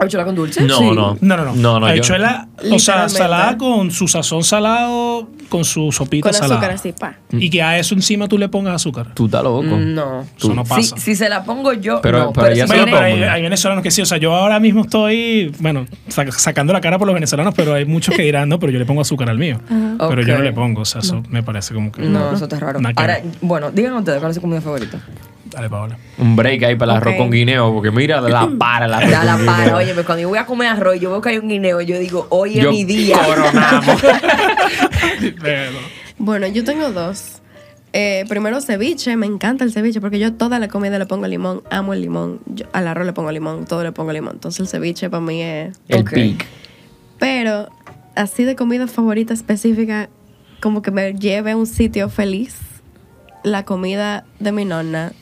Speaker 3: ¿Habichuela con dulce?
Speaker 1: No,
Speaker 3: Sí.
Speaker 1: no.
Speaker 2: No, no, no.
Speaker 1: No, no, yo-
Speaker 2: Habichuela, o sea,
Speaker 4: Literalmente.
Speaker 2: salada con su sazón salado, con su sopita
Speaker 4: Con
Speaker 2: salada.
Speaker 4: azúcar así, pa.
Speaker 2: Y que a eso encima tú le pongas azúcar.
Speaker 1: Tú estás loco.
Speaker 3: Mm, No.
Speaker 2: Eso no pasa.
Speaker 3: Si, si se la pongo yo,
Speaker 1: Mm, Pero-
Speaker 3: no.
Speaker 1: pero ya
Speaker 3: si
Speaker 1: se lo
Speaker 2: Bueno,
Speaker 3: viene-
Speaker 2: pero hay,
Speaker 1: pongo.
Speaker 2: hay venezolanos que sí. O sea, yo ahora mismo estoy, bueno, sac- sacando la cara por los venezolanos, pero hay muchos que dirán, no, pero yo le pongo azúcar al mío. Pero yo no
Speaker 3: Ok.
Speaker 2: le pongo. O sea, eso me parece como que.
Speaker 3: No, eso está raro.
Speaker 2: Nada que
Speaker 3: Ahora,
Speaker 2: ver.
Speaker 3: bueno, díganme ustedes cuál es su comida favorita.
Speaker 2: Dale, Paola.
Speaker 1: Un break ahí para el arroz
Speaker 4: Ok.
Speaker 1: con guineo, porque mira, la para la arroz
Speaker 3: Da la
Speaker 1: con
Speaker 3: para,
Speaker 1: guineo.
Speaker 3: oye, cuando yo voy a comer arroz, yo veo que hay un guineo, yo digo, hoy es
Speaker 1: Yo
Speaker 3: mi día.
Speaker 1: coronamos.
Speaker 2: Pero-
Speaker 4: Bueno, yo tengo dos. Eh, primero ceviche, me encanta el ceviche porque yo toda la comida le pongo limón, amo el limón, Yo al arroz le pongo limón, todo le pongo limón, entonces el ceviche para mí es...
Speaker 1: El
Speaker 3: Ok.
Speaker 1: pic.
Speaker 4: Pero así de comida favorita específica, como que me lleve a un sitio feliz, la comida de mi nonna,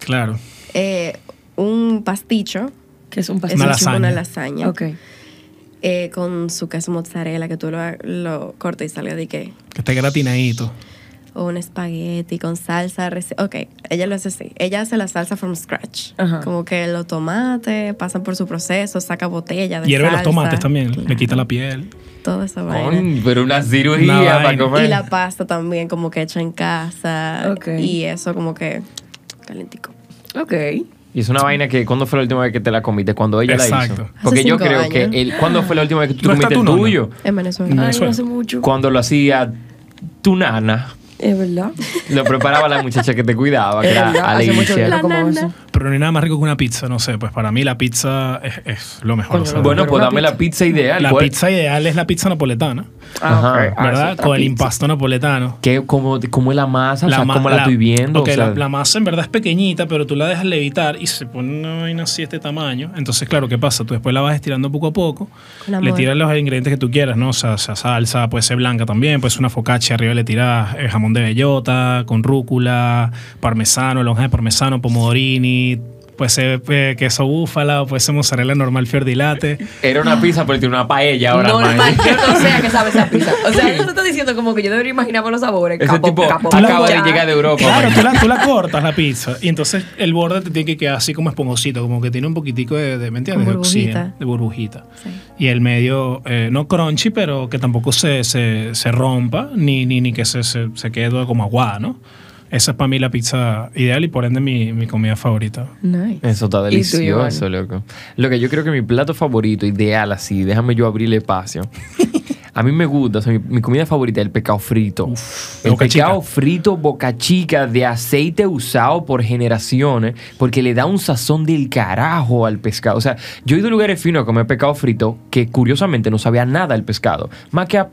Speaker 2: Claro.
Speaker 4: eh, un pasticho,
Speaker 3: Que es un
Speaker 4: es
Speaker 3: pastel.
Speaker 2: Una
Speaker 4: un chivo, una
Speaker 2: lasaña.
Speaker 4: lasaña,
Speaker 3: Ok.
Speaker 4: eh, con su queso mozzarella que tú lo, lo cortas y salga de que...
Speaker 2: Que esté gratinadito.
Speaker 4: O un espagueti con salsa. reci- Ok, ella lo hace así. Ella hace la salsa from scratch.
Speaker 3: Ajá.
Speaker 4: Como que los tomates pasan por su proceso, saca botella de
Speaker 2: Hierve los
Speaker 4: salsa,
Speaker 2: tomates también. Le
Speaker 4: claro,
Speaker 2: quita la piel.
Speaker 4: Toda esa vaina.
Speaker 1: Con- Pero una cirugía
Speaker 2: Una
Speaker 1: para
Speaker 2: vaina.
Speaker 1: comer.
Speaker 4: Y la pasta también, como que hecha en casa.
Speaker 3: Ok.
Speaker 4: Y eso como que calentico.
Speaker 3: Ok.
Speaker 1: Y es una vaina que, ¿cuándo fue la última vez que te la comiste? Cuando ella
Speaker 2: Exacto.
Speaker 1: la hizo.
Speaker 2: Hace
Speaker 1: Porque yo
Speaker 4: cinco
Speaker 1: creo que,
Speaker 4: años.
Speaker 1: el, ¿cuándo fue la última vez que tú
Speaker 2: No está
Speaker 1: comiste
Speaker 2: tu
Speaker 1: el
Speaker 2: nona.
Speaker 1: tuyo?
Speaker 4: En Venezuela.
Speaker 2: No.
Speaker 3: Ay, no
Speaker 2: Venezuela.
Speaker 3: hace mucho.
Speaker 1: Cuando lo hacía tu nana,
Speaker 3: Es verdad.
Speaker 1: lo preparaba la muchacha que te cuidaba, que
Speaker 3: Es
Speaker 1: era
Speaker 3: verdad. Hace mucho que
Speaker 1: Alicia.
Speaker 3: Eh, no
Speaker 4: La
Speaker 3: como
Speaker 4: nana.
Speaker 3: eso.
Speaker 2: Pero no hay nada más rico que una pizza, no sé. Pues para mí la pizza es, es lo mejor.
Speaker 3: Coño,
Speaker 2: o sea,
Speaker 1: Bueno,
Speaker 3: Pero
Speaker 1: pues
Speaker 3: una
Speaker 1: dame la pizza ideal. pues.
Speaker 2: la
Speaker 1: ¿cuál-
Speaker 2: pizza ideal es la pizza napoletana,
Speaker 1: Ajá.
Speaker 3: Ah, ok. Ah, es
Speaker 2: ¿verdad?
Speaker 3: otra
Speaker 2: Con el
Speaker 3: pizza.
Speaker 2: impasto napoletano.
Speaker 1: ¿Qué, cómo, ¿Cómo es la masa? o sea,
Speaker 2: ma-
Speaker 1: ¿cómo la, estoy viendo?
Speaker 2: ok,
Speaker 1: o sea,
Speaker 2: la, la masa en verdad es pequeñita, pero tú la dejas levitar y se pone una vaina así de este tamaño. Entonces, claro, ¿qué pasa? Tú después la vas estirando poco a poco,
Speaker 4: Con amor.
Speaker 2: le tiras los ingredientes que tú quieras, ¿no? O sea, sea salsa, puede ser blanca también, puede ser una focaccia, arriba le tiras eh, jamón de bellota, con rúcula, parmesano, lonja de parmesano, pomodorini, puede ser eh, queso búfala, puede ser mozzarella normal fiordilate.
Speaker 1: Era una pizza, pero tiene una paella ahora. man.
Speaker 3: Normal, yo no sé a qué sabe esa pizza. O sea, tú te estás diciendo como que yo debería imaginarme los sabores.
Speaker 1: Ese
Speaker 3: Capo,
Speaker 1: tipo
Speaker 3: capo,
Speaker 1: acaba de
Speaker 3: ya.
Speaker 1: llegar de Europa.
Speaker 2: Claro,
Speaker 1: man.
Speaker 2: tú la, tú la cortas la pizza y entonces el borde te tiene que quedar así como esponjosito, como que tiene un poquitico de, de ¿me entiendes?
Speaker 4: Con
Speaker 2: De oxígeno,
Speaker 4: burbujita.
Speaker 2: de burbujita.
Speaker 4: Sí.
Speaker 2: Y el medio, eh, no crunchy, pero que tampoco se, se, se rompa ni, ni, ni que se, se, se quede toda como aguada, ¿no? Esa es para mí la pizza ideal y por ende mi, mi comida favorita.
Speaker 3: Nice.
Speaker 1: Eso está
Speaker 3: ¿Y tú,
Speaker 1: delicioso, loco. Lo que yo creo que mi plato favorito, ideal así, déjame yo abrirle espacio. A mí me gusta, o sea, mi, mi comida favorita es el pecado frito. el
Speaker 2: boca chica.
Speaker 1: pecado frito, boca chica, de aceite usado por generaciones, porque le da un sazón del carajo al pescado. O sea, yo he ido a lugares finos a comer pecado frito que curiosamente no sabía nada el pescado, más que a,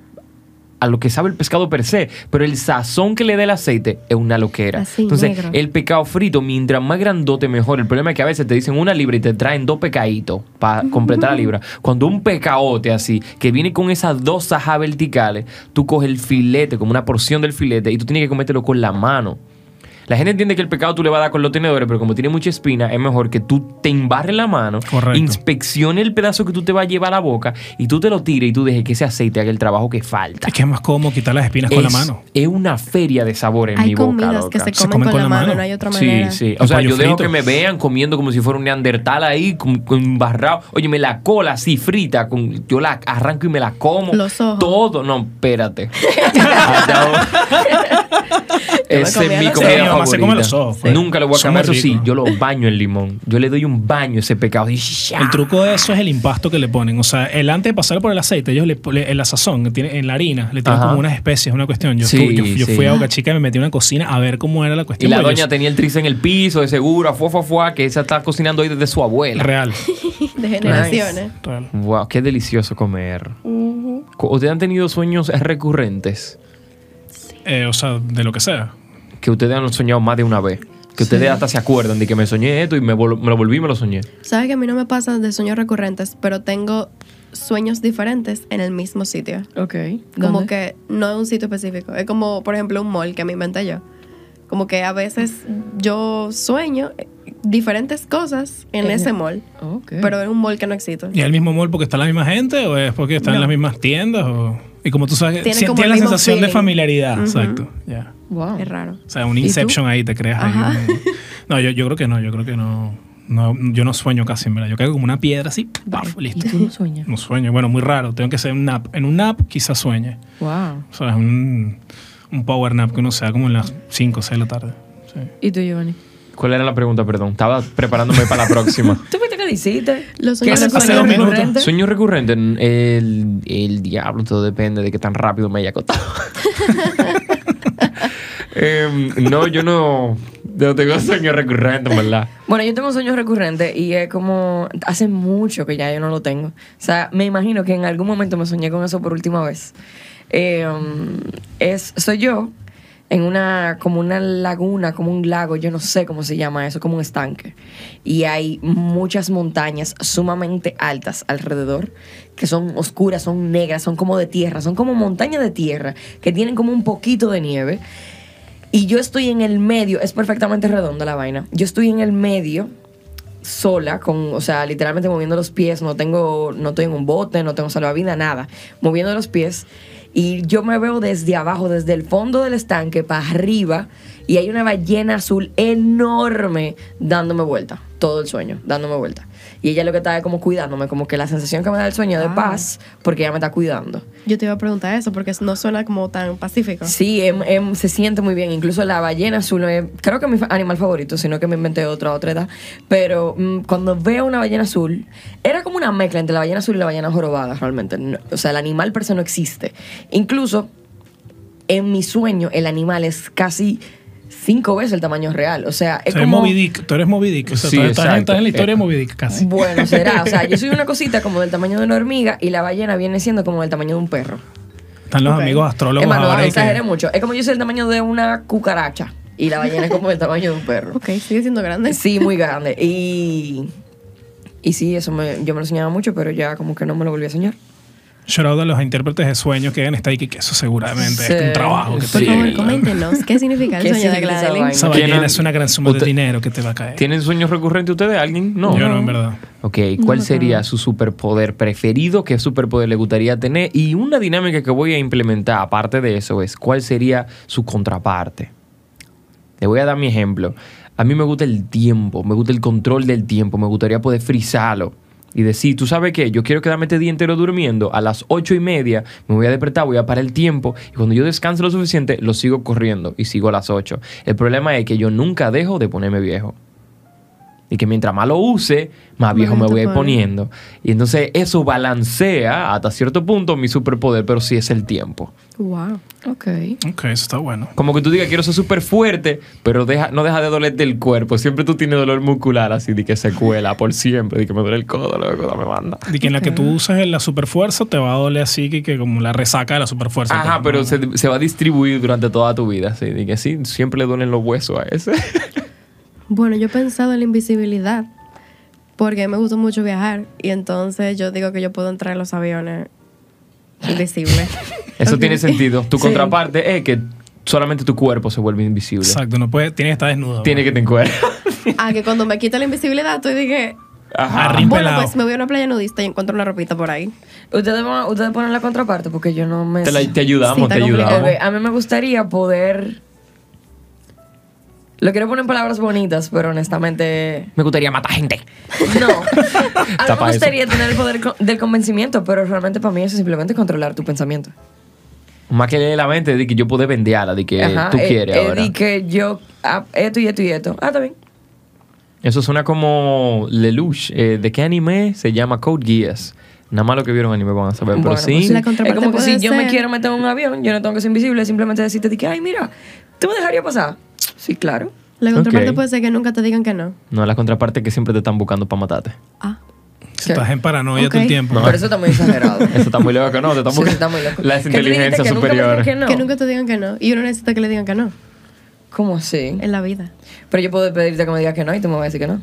Speaker 1: a lo que sabe el pescado per se, pero el sazón que le da el aceite es una loquera.
Speaker 4: Así,
Speaker 1: Entonces,
Speaker 4: negro.
Speaker 1: el pecado frito, mientras más grandote, mejor. El problema es que a veces te dicen una libra y te traen dos pecaditos para completar la libra. Cuando un pecaote así, que viene con esas dos sajas verticales, tú coges el filete, como una porción del filete, y tú tienes que comértelo con la mano. La gente entiende que el pecado tú le vas a dar con los tenedores, pero como tiene mucha espina, es mejor que tú te embarres la mano,
Speaker 2: Correcto.
Speaker 1: inspeccione el pedazo que tú te vas a llevar a la boca y tú te lo tires y tú dejes que ese aceite haga el trabajo que falta.
Speaker 2: Es que es más cómodo quitar las espinas con la
Speaker 1: Es-
Speaker 2: mano.
Speaker 1: Es una feria de sabores en
Speaker 4: Hay
Speaker 1: mi boca.
Speaker 4: comidas que
Speaker 1: loca.
Speaker 4: se comen, con, la mano, no hay otra
Speaker 1: Sí,
Speaker 4: manera.
Speaker 1: sí.
Speaker 2: Un
Speaker 1: O sea,
Speaker 2: pollo
Speaker 1: yo dejo
Speaker 2: frito.
Speaker 1: que me vean comiendo como si fuera un neandertal ahí, con, con barrado. Oye, me la cola así frita, con, yo la arranco y me la como.
Speaker 4: Los ojos.
Speaker 1: Todo. No, espérate. Hasta ahora. Esa es
Speaker 4: comía
Speaker 1: mi
Speaker 4: los
Speaker 1: comida
Speaker 2: ojos. Sí,
Speaker 1: favorita.
Speaker 2: mi mamá se come los ojos, pues.
Speaker 1: Nunca lo voy a
Speaker 2: Son
Speaker 1: cambiar. Eso
Speaker 2: muy
Speaker 1: sí,
Speaker 2: ricos.
Speaker 1: yo lo baño en limón. Yo le doy un baño a ese pecado. Y ya.
Speaker 2: El truco de eso es el impasto que le ponen. O sea, el antes de pasar por el aceite, ellos le, le- en la sazón, tiene- en la harina, le tienen
Speaker 1: Ajá.
Speaker 2: como unas especies, una cuestión. Yo,
Speaker 1: Sí,
Speaker 2: estuve- yo, yo
Speaker 1: sí.
Speaker 2: fui a Boca Chica y me metí en una cocina a ver cómo era la
Speaker 1: Y
Speaker 2: cuestión.
Speaker 1: la
Speaker 2: porque
Speaker 1: doña
Speaker 2: yo-
Speaker 1: tenía el tris en el piso, de seguro, a fuá, fuá, fuá, que esa está cocinando hoy desde su abuela.
Speaker 2: Real.
Speaker 4: De generaciones.
Speaker 2: Real.
Speaker 1: Wow, qué delicioso comer. Co- ¿Ustedes han tenido sueños recurrentes?
Speaker 2: Eh, o sea, de lo que sea.
Speaker 1: Que ustedes han soñado más de una vez. Que ustedes hasta se acuerdan de que me soñé esto y me, vol- me lo volví y me lo soñé.
Speaker 4: Sabes que a mí no me pasan de sueños recurrentes, pero tengo sueños diferentes en el mismo sitio.
Speaker 3: Ok.
Speaker 4: Como que no es un sitio específico. Es como, por ejemplo, un mall que me inventé yo. Como que a veces yo sueño eh, diferentes cosas en
Speaker 3: Ejé.
Speaker 4: ese mall, pero en un mall que no existe.
Speaker 2: ¿Y es el mismo mall porque está la misma gente o es porque están en
Speaker 4: No.
Speaker 2: las mismas tiendas? O... Y como tú sabes,
Speaker 4: Tiene
Speaker 2: sí,
Speaker 4: como
Speaker 2: tiene
Speaker 4: el
Speaker 2: la
Speaker 4: mismo
Speaker 2: sensación de
Speaker 4: feeling.
Speaker 2: familiaridad.
Speaker 4: Ujú.
Speaker 2: Exacto. ya.
Speaker 3: Wow.
Speaker 4: Es raro.
Speaker 2: O sea, un
Speaker 3: tú?
Speaker 2: Inception ahí te creas. ahí
Speaker 4: Ajá.
Speaker 2: un- No, yo, yo creo que no, yo creo que no, no. Yo no sueño casi, en verdad. Yo caigo como una piedra así, paf, listo.
Speaker 3: Y tú no sueñas.
Speaker 2: No sueño, bueno, muy raro. Tengo que hacer un nap. En un nap quizás sueñe.
Speaker 3: Wow.
Speaker 2: O sea, es un, un power nap que uno se da como en las 5 o 6 de la tarde. Sí.
Speaker 3: ¿Y tú, Giovanni?
Speaker 1: ¿Cuál era la pregunta, perdón? Estaba preparándome para la próxima.
Speaker 3: ¿Tú fuiste que le hiciste?
Speaker 4: Los
Speaker 3: ¿Qué
Speaker 4: sueños
Speaker 2: hace- hace dos
Speaker 4: recurrentes.
Speaker 2: minutos?
Speaker 1: Sueño recurrente, mm, el, el diablo, todo depende de qué tan rápido me haya acostado. Em, no, yo no, no tengo sueño recurrente, en ¿verdad?
Speaker 3: Bueno, yo tengo un sueño recurrente y es como hace mucho que ya yo no lo tengo. O sea, me imagino que en algún momento me soñé con eso por última vez. Eh, um, es, soy yo en una como una laguna, como un lago, yo no sé cómo se llama eso, como un estanque. Y hay muchas montañas sumamente altas alrededor que son oscuras, son negras, son como de tierra, son como montañas de tierra que tienen como un poquito de nieve. Y yo estoy en el medio, es perfectamente redonda la vaina. Yo estoy en el medio sola, con, o sea, literalmente moviendo los pies, no tengo, no estoy en un bote, no tengo salvavidas, nada, moviendo los pies. Y yo me veo desde abajo, desde el fondo del estanque para arriba, y hay una ballena azul enorme dándome vuelta, todo el sueño, dándome vuelta. Y ella lo que está es como cuidándome, como que la sensación que me da el sueño de paz, porque ella me está cuidando.
Speaker 4: Yo te iba a preguntar eso porque no suena como tan pacífico.
Speaker 3: Sí, em- em, se siente muy bien. Incluso la ballena azul, eh, creo que es mi fa- animal favorito, sino que me inventé otro a otra edad. Pero mm, cuando veo una ballena azul, era como una mezcla entre la ballena azul y la ballena jorobada, realmente. No- o sea, el animal per se no existe. Incluso en mi sueño, el animal es casi cinco veces el tamaño real. O
Speaker 2: O
Speaker 3: sea, es
Speaker 2: sea, es
Speaker 3: como.
Speaker 2: Moby Dick. Tú eres Moby Dick. O sea,
Speaker 1: Sí,
Speaker 2: tú estás,
Speaker 1: exacto.
Speaker 2: estás en la historia
Speaker 1: Eh.
Speaker 2: de Moby Dick casi.
Speaker 3: Bueno, será. O sea, yo soy una cosita como del tamaño de una hormiga y la ballena viene siendo como del tamaño de un perro.
Speaker 2: Están los
Speaker 4: Ok.
Speaker 2: amigos astrólogos
Speaker 3: Es más, no
Speaker 2: ahora.
Speaker 3: no
Speaker 2: y que-
Speaker 3: exageré mucho. Es como yo soy el tamaño de una cucaracha y la ballena es como el tamaño de un perro.
Speaker 4: Ok, sigue siendo grande.
Speaker 3: Sí, muy grande. Y, y sí, eso me, yo me lo soñaba mucho, pero ya como que no me lo volví a soñar.
Speaker 2: Shout out a los intérpretes de sueños que hagan esta y que eso seguramente
Speaker 3: Sí.
Speaker 2: es un trabajo que
Speaker 4: Por
Speaker 1: Sí.
Speaker 2: te
Speaker 4: favor, coméntenos qué significa el
Speaker 3: ¿Qué
Speaker 4: sueño de
Speaker 3: significa esa
Speaker 4: Gladeline.
Speaker 3: vaina?
Speaker 2: Esa ballena
Speaker 1: ¿Tienen-
Speaker 2: es una gran suma
Speaker 1: usted-
Speaker 2: de dinero que te va a caer.
Speaker 1: ¿Tienen sueños recurrentes ustedes? ¿Alguien? No.
Speaker 2: Yo no, en verdad.
Speaker 1: Ok, ¿cuál sería su superpoder preferido? ¿Qué superpoder le gustaría tener? Y una dinámica que voy a implementar, aparte de eso, es cuál sería su contraparte. Le voy a dar mi ejemplo. A mí me gusta el tiempo, me gusta el control del tiempo, me gustaría poder frizarlo. Y decir, tú sabes qué, yo quiero quedarme este día entero durmiendo. A las ocho y media me voy a despertar, voy a parar el tiempo. Y cuando yo descanse lo suficiente, lo sigo corriendo y sigo a las ocho. El problema es que yo nunca dejo de ponerme viejo. Y que mientras más lo use, más viejo me
Speaker 4: Maldito
Speaker 1: voy a ir
Speaker 4: poder.
Speaker 1: poniendo. Y entonces eso balancea hasta cierto punto mi superpoder, pero sí es el tiempo.
Speaker 4: Wow.
Speaker 3: Ok.
Speaker 2: Ok, eso está bueno.
Speaker 1: Como que tú digas, quiero ser súper fuerte, pero deja, no deja de dolerte el cuerpo. Siempre tú tienes dolor muscular, así de que se cuela por siempre, de que me duele el codo, luego me manda.
Speaker 2: Y que en la que tú uses la superfuerza te va a doler así que, que como la resaca de la superfuerza.
Speaker 1: Ajá,
Speaker 2: pues,
Speaker 1: pero
Speaker 2: ¿no?
Speaker 1: se, se va a distribuir durante toda tu vida, así de que sí, siempre le duelen los huesos a ese.
Speaker 4: Bueno, yo he pensado en la invisibilidad porque me gusta mucho viajar y entonces yo digo que yo puedo entrar en los aviones invisibles.
Speaker 1: Eso
Speaker 4: Ok.
Speaker 1: tiene sentido. Tu
Speaker 4: Sí.
Speaker 1: contraparte es que solamente tu cuerpo se vuelve invisible.
Speaker 2: Exacto, no puede, tiene que estar desnudo.
Speaker 1: Tiene que te encuadrar.
Speaker 4: Ah, que cuando me quita la invisibilidad, tú dije,
Speaker 1: Ajá.
Speaker 2: Arriba.
Speaker 4: bueno,
Speaker 2: pelado.
Speaker 4: pues me voy a una playa nudista y encuentro una ropita por ahí.
Speaker 3: Ustedes, van- ustedes ponen la contraparte porque yo no me.
Speaker 1: Te, la- te
Speaker 4: Sí,
Speaker 1: ayudamos,
Speaker 4: está
Speaker 1: te
Speaker 4: complicado.
Speaker 1: ayudamos.
Speaker 3: Ok, a mí me gustaría poder. Lo quiero poner en palabras bonitas, pero honestamente.
Speaker 1: Me gustaría matar gente.
Speaker 3: No. A mí
Speaker 1: Tapa
Speaker 3: me
Speaker 1: eso.
Speaker 3: gustaría tener el poder co- del convencimiento, pero realmente para mí eso es simplemente controlar tu pensamiento.
Speaker 1: Más que leer la mente de que yo puedo venderla, de que
Speaker 3: Ajá,
Speaker 1: tú
Speaker 3: eh,
Speaker 1: quieres
Speaker 3: eh,
Speaker 1: ahora.
Speaker 3: di que yo. ah, esto y esto y esto. Ah, está bien.
Speaker 1: Eso suena como Lelouch. Eh, ¿De qué anime se llama Code Geass? Nada más lo que vieron anime van a saber,
Speaker 3: Bueno,
Speaker 1: pero
Speaker 3: pues
Speaker 1: sí.
Speaker 4: La
Speaker 3: Es
Speaker 4: contraparte
Speaker 3: como que si
Speaker 4: puede
Speaker 3: yo me
Speaker 4: ser-
Speaker 3: quiero meter en un avión, yo no tengo que ser invisible, simplemente decirte de que, ay, mira, ¿tú me dejarías pasar? Sí, claro.
Speaker 4: La contraparte
Speaker 1: Ok.
Speaker 4: puede ser que nunca te digan que no.
Speaker 1: No, la contraparte que siempre te están buscando para matarte.
Speaker 4: Ah.
Speaker 2: Si estás en paranoia
Speaker 4: Ok.
Speaker 2: todo el tiempo.
Speaker 3: Pero eso está muy exagerado.
Speaker 1: Eso está muy loco, ¿no? Te están
Speaker 3: Sí, eso
Speaker 1: buscando
Speaker 3: está muy loco.
Speaker 1: las
Speaker 3: ¿Qué tú dijiste?
Speaker 1: inteligencias
Speaker 3: Que nunca me dijeron
Speaker 1: superiores.
Speaker 3: que no.
Speaker 4: Que nunca te digan que no. Y uno necesita que le digan que no
Speaker 3: ¿Cómo así?
Speaker 4: en la vida.
Speaker 3: Pero yo puedo pedirte que me digas que no y tú me vas a decir que no.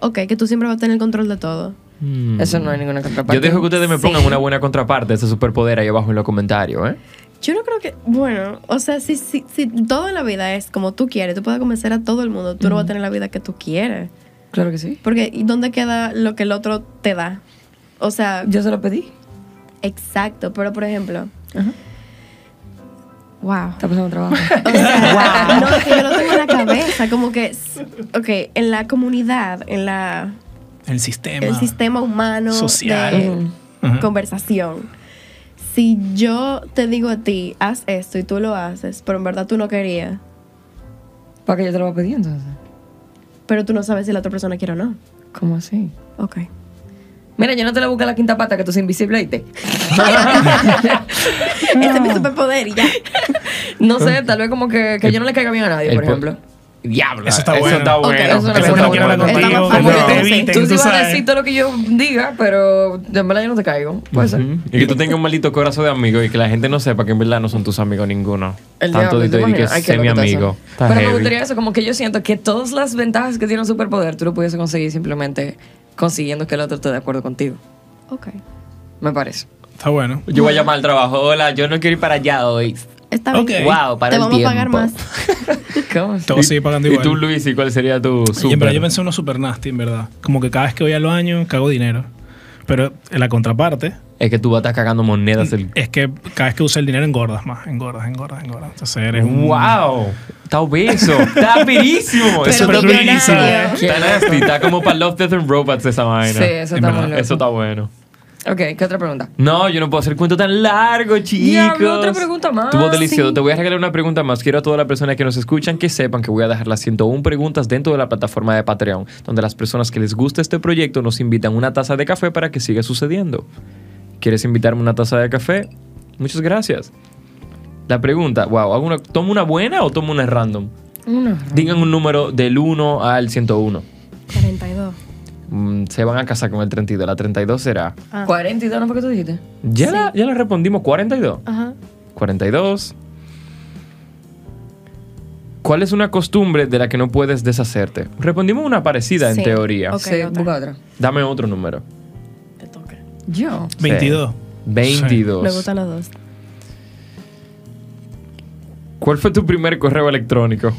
Speaker 4: Ok, que tú siempre vas a tener control de todo.
Speaker 1: Mm.
Speaker 3: Eso no hay ninguna contraparte.
Speaker 1: Yo dejo que ustedes me pongan
Speaker 4: Sí.
Speaker 1: una buena contraparte de ese superpoder ahí abajo en los comentarios, ¿eh?
Speaker 4: Yo no creo que, bueno, o sea, si, si, si todo en la vida es como tú quieres, tú puedes convencer a todo el mundo, tú no vas a tener la vida que tú quieres.
Speaker 3: Claro que sí.
Speaker 4: Porque ¿y ¿dónde queda lo que el otro te da? O sea,
Speaker 3: Yo se lo pedí.
Speaker 4: exacto, pero por ejemplo,
Speaker 3: Ajá.
Speaker 4: wow.
Speaker 3: Está pasando trabajo.
Speaker 4: O sea, no, es que yo lo tengo en la cabeza, como que, s- ok, en la comunidad, en la,
Speaker 2: El sistema.
Speaker 4: el sistema humano
Speaker 2: Social.
Speaker 4: de
Speaker 3: Em,
Speaker 2: Ujú.
Speaker 4: conversación. Si yo te digo a ti, haz esto y tú lo haces, pero en verdad tú no querías,
Speaker 3: ¿Para qué yo te lo voy a pedir entonces?
Speaker 4: pero tú no sabes si la otra persona quiere o no.
Speaker 3: ¿Cómo así?
Speaker 4: Ok.
Speaker 3: Mira, yo no te la busco a la quinta pata, que tú eres invisible y te.
Speaker 4: Ese Este es mi superpoder y ya.
Speaker 3: No sé, tal vez como que, que yo no le caiga bien a nadie,
Speaker 1: El
Speaker 3: por
Speaker 1: po-
Speaker 3: ejemplo.
Speaker 1: Diablo.
Speaker 2: Eso está bueno.
Speaker 1: Eso está
Speaker 2: Ok,
Speaker 1: bueno.
Speaker 3: eso no
Speaker 1: Eso
Speaker 3: fue
Speaker 1: está
Speaker 3: una
Speaker 2: quiero hablar
Speaker 1: bueno.
Speaker 2: contigo,
Speaker 3: Estamos ¿eh?
Speaker 2: pero
Speaker 3: como
Speaker 2: te
Speaker 3: que-
Speaker 2: eviten,
Speaker 3: tú sí
Speaker 2: tú
Speaker 3: vas a
Speaker 2: sabes.
Speaker 3: decir todo lo que yo diga, pero en verdad yo no te caigo. Puede ser.
Speaker 1: Ujú. Y que tú tengas un maldito corazón de amigo y que la gente no sepa que en verdad no son tus amigos ninguno.
Speaker 3: El
Speaker 1: Tanto
Speaker 3: diablo,
Speaker 1: de
Speaker 3: ¿te
Speaker 1: todo y que
Speaker 3: imaginas? Ay,
Speaker 1: es
Speaker 3: qué
Speaker 1: mi
Speaker 3: loco está
Speaker 1: amigo.
Speaker 3: eso.
Speaker 1: Está
Speaker 3: Pero me
Speaker 1: heavy.
Speaker 3: gustaría eso, como que yo siento que todas las ventajas que tiene un superpoder tú lo pudiese conseguir simplemente consiguiendo que el otro esté de acuerdo contigo.
Speaker 4: Ok.
Speaker 3: Me parece.
Speaker 2: Está bueno.
Speaker 1: Yo voy a llamar al trabajo. Hola, yo no quiero ir para allá hoy.
Speaker 4: Está bien.
Speaker 2: Ok.
Speaker 1: Wow, para
Speaker 4: Te
Speaker 1: el
Speaker 4: vamos a pagar
Speaker 1: tiempo.
Speaker 4: más.
Speaker 3: ¿Cómo así?
Speaker 2: Te voy a seguir pagando
Speaker 1: ¿Y
Speaker 2: igual.
Speaker 1: tú, Luis, y cuál sería tu
Speaker 2: Y en verdad
Speaker 1: super?
Speaker 2: yo pensé uno super nasty, en verdad. Como que cada vez que voy al baño, cago dinero. Pero en la contraparte
Speaker 1: Es que tú vas a estar cagando monedas. El...
Speaker 2: es que cada vez que uso el dinero engordas más, engordas, engordas, engordas. Entonces eres un...
Speaker 1: ¡Wow! Está obeso. Está pirísimo.
Speaker 4: Pero
Speaker 1: Eso
Speaker 2: Pero
Speaker 1: está
Speaker 2: millonario.
Speaker 1: durísimo.
Speaker 2: Qué
Speaker 1: Está nasty. Está como para Love, Death and Robots esa vaina.
Speaker 3: Sí, eso
Speaker 2: en
Speaker 3: está
Speaker 2: verdad,
Speaker 3: muy loco.
Speaker 1: Eso está bueno.
Speaker 3: Ok, ¿qué otra pregunta?
Speaker 1: No, yo no puedo hacer cuento tan largo, chicos.
Speaker 3: Diablo, otra pregunta más.
Speaker 1: Estuvo delicioso.
Speaker 3: Sí.
Speaker 1: Te voy a regalar una pregunta más. Quiero a todas las personas que nos escuchan que sepan que voy a dejar las 101 preguntas dentro de la plataforma de Patreon, donde las personas que les gusta este proyecto nos invitan una taza de café para que siga sucediendo. ¿Quieres invitarme una taza de café? Muchas gracias. La pregunta, wow, ¿hago una- ¿tomo una buena o tomo una random?
Speaker 3: Una.
Speaker 1: Digan un número del 1 al 101.
Speaker 4: 42.
Speaker 1: Mm, se van a casar con el 32. La 32 será...
Speaker 4: Ah.
Speaker 3: 42, ¿no fue que tú dijiste?
Speaker 1: Ya, la, ya la respondimos, 42.
Speaker 4: Ajá.
Speaker 1: 42. ¿Cuál es una costumbre de la que no puedes deshacerte? Respondimos una parecida
Speaker 4: Sí.
Speaker 1: en teoría.
Speaker 4: Ok,
Speaker 3: sí,
Speaker 4: otra.
Speaker 3: busca otra.
Speaker 1: Dame otro número.
Speaker 4: Te toca.
Speaker 3: Yo.
Speaker 2: 22.
Speaker 4: Me
Speaker 1: 22.
Speaker 4: gustan los dos.
Speaker 1: ¿Cuál fue tu primer correo electrónico?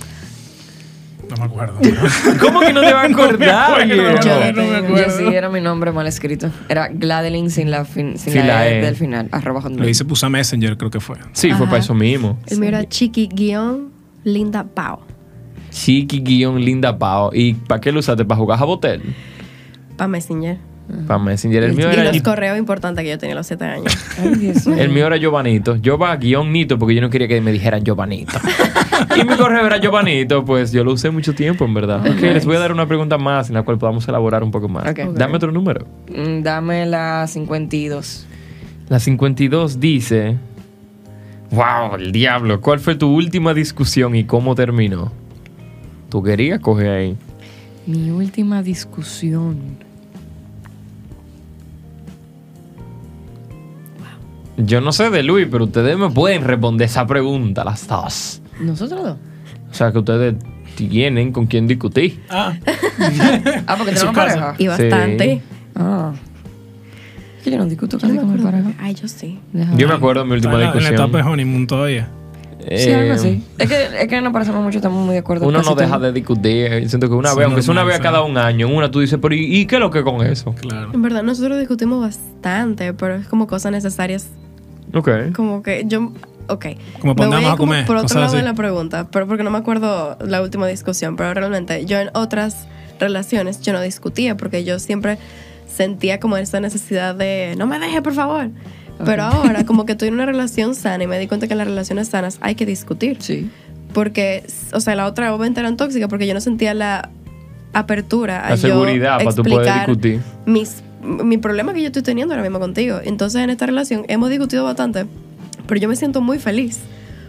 Speaker 2: No me acuerdo. Pero-
Speaker 1: ¿Cómo que no te va a acordar?
Speaker 2: acuerdo.
Speaker 1: viejo?
Speaker 2: Yo-
Speaker 3: lo
Speaker 2: no me
Speaker 3: tengo.
Speaker 2: acuerdo.
Speaker 3: Yo sí, era mi nombre mal escrito. Era Gladeline sin la, fin- sin
Speaker 1: Sin
Speaker 3: la
Speaker 1: la
Speaker 3: E
Speaker 1: E.
Speaker 3: del final. Arroba hotmail.
Speaker 2: Lo hice pusa Messenger, creo que fue.
Speaker 1: Sí, fue
Speaker 4: Ajá.
Speaker 1: para eso mismo.
Speaker 4: El mío era chiqui guión linda pao.
Speaker 1: Chiqui-linda Pao. ¿Y para qué lo usaste? ¿Para jugar a botel?
Speaker 4: Pa Messenger.
Speaker 1: Para Messenger. El
Speaker 4: Mm. Y,
Speaker 1: mío
Speaker 4: y
Speaker 1: era,
Speaker 4: los correos importantes que yo tenía a los 7 años.
Speaker 3: Ay, Dios mío.
Speaker 1: el mío era Giovanito. Yo va guión Nito porque yo no quería que me dijeran Giovanito. y mi correo era Giovanito, pues yo lo usé mucho tiempo, en verdad. Ok, les voy a dar una pregunta más en la cual podamos elaborar un poco más.
Speaker 3: Ok. Ok.
Speaker 1: Dame otro número.
Speaker 3: Mm, Dame la 52.
Speaker 1: La 52 dice... ¡Wow! El diablo. ¿Cuál fue tu última discusión y cómo terminó? Tú querías coger ahí.
Speaker 3: Mi última discusión.
Speaker 1: Yo no sé de Luis, pero ustedes me pueden responder esa pregunta, las dos.
Speaker 3: ¿Nosotros dos?
Speaker 1: O sea, que ustedes tienen con quién discutir.
Speaker 2: Ah,
Speaker 3: Ah, porque
Speaker 2: En su casa.
Speaker 3: tenemos pareja.
Speaker 4: Y bastante.
Speaker 3: Ah. Que yo no discuto
Speaker 4: Yo
Speaker 3: casi
Speaker 4: no me
Speaker 3: con mi
Speaker 4: acuerdo.
Speaker 3: pareja.
Speaker 4: Ay, yo sí.
Speaker 3: Deja
Speaker 1: Yo me
Speaker 3: ver.
Speaker 1: acuerdo de mi última
Speaker 2: está en la- En la
Speaker 1: discusión.
Speaker 2: etapa de honeymoon todavía.
Speaker 3: Sí, algo
Speaker 1: Eh,
Speaker 3: así. Es que, es que no parecemos mucho, estamos muy de acuerdo.
Speaker 1: Uno
Speaker 3: casi
Speaker 1: no deja
Speaker 3: todo.
Speaker 1: de discutir. Siento que una
Speaker 2: Sí,
Speaker 1: vez, aunque sea una
Speaker 2: normal,
Speaker 1: vez a
Speaker 2: sí.
Speaker 1: cada un año, en una tú dices, pero ¿y, y qué es lo que con eso?
Speaker 2: Claro.
Speaker 4: En verdad, nosotros discutimos bastante, pero es como cosas necesarias.
Speaker 1: Ok.
Speaker 4: Como que yo. Ok.
Speaker 2: Como para dónde
Speaker 4: Me voy
Speaker 2: vamos a
Speaker 4: como
Speaker 2: comer,
Speaker 4: Por otro
Speaker 2: cosas
Speaker 4: lado de
Speaker 2: así.
Speaker 4: la pregunta, pero porque no me acuerdo la última discusión, pero realmente yo en otras relaciones yo no discutía porque yo siempre sentía como esa necesidad de no me dejes, por favor. Pero ahora, como que estoy en una relación sana y me di cuenta que en las relaciones sanas hay que discutir.
Speaker 3: Sí.
Speaker 4: Porque, o sea, la otra obviamente eran tóxicas porque yo no sentía la apertura a
Speaker 1: La
Speaker 4: yo
Speaker 1: seguridad para tú poder
Speaker 4: explicar
Speaker 1: discutir.
Speaker 4: mis, mi problema que yo estoy teniendo ahora mismo contigo. Entonces, en esta relación hemos discutido bastante, pero yo me siento muy feliz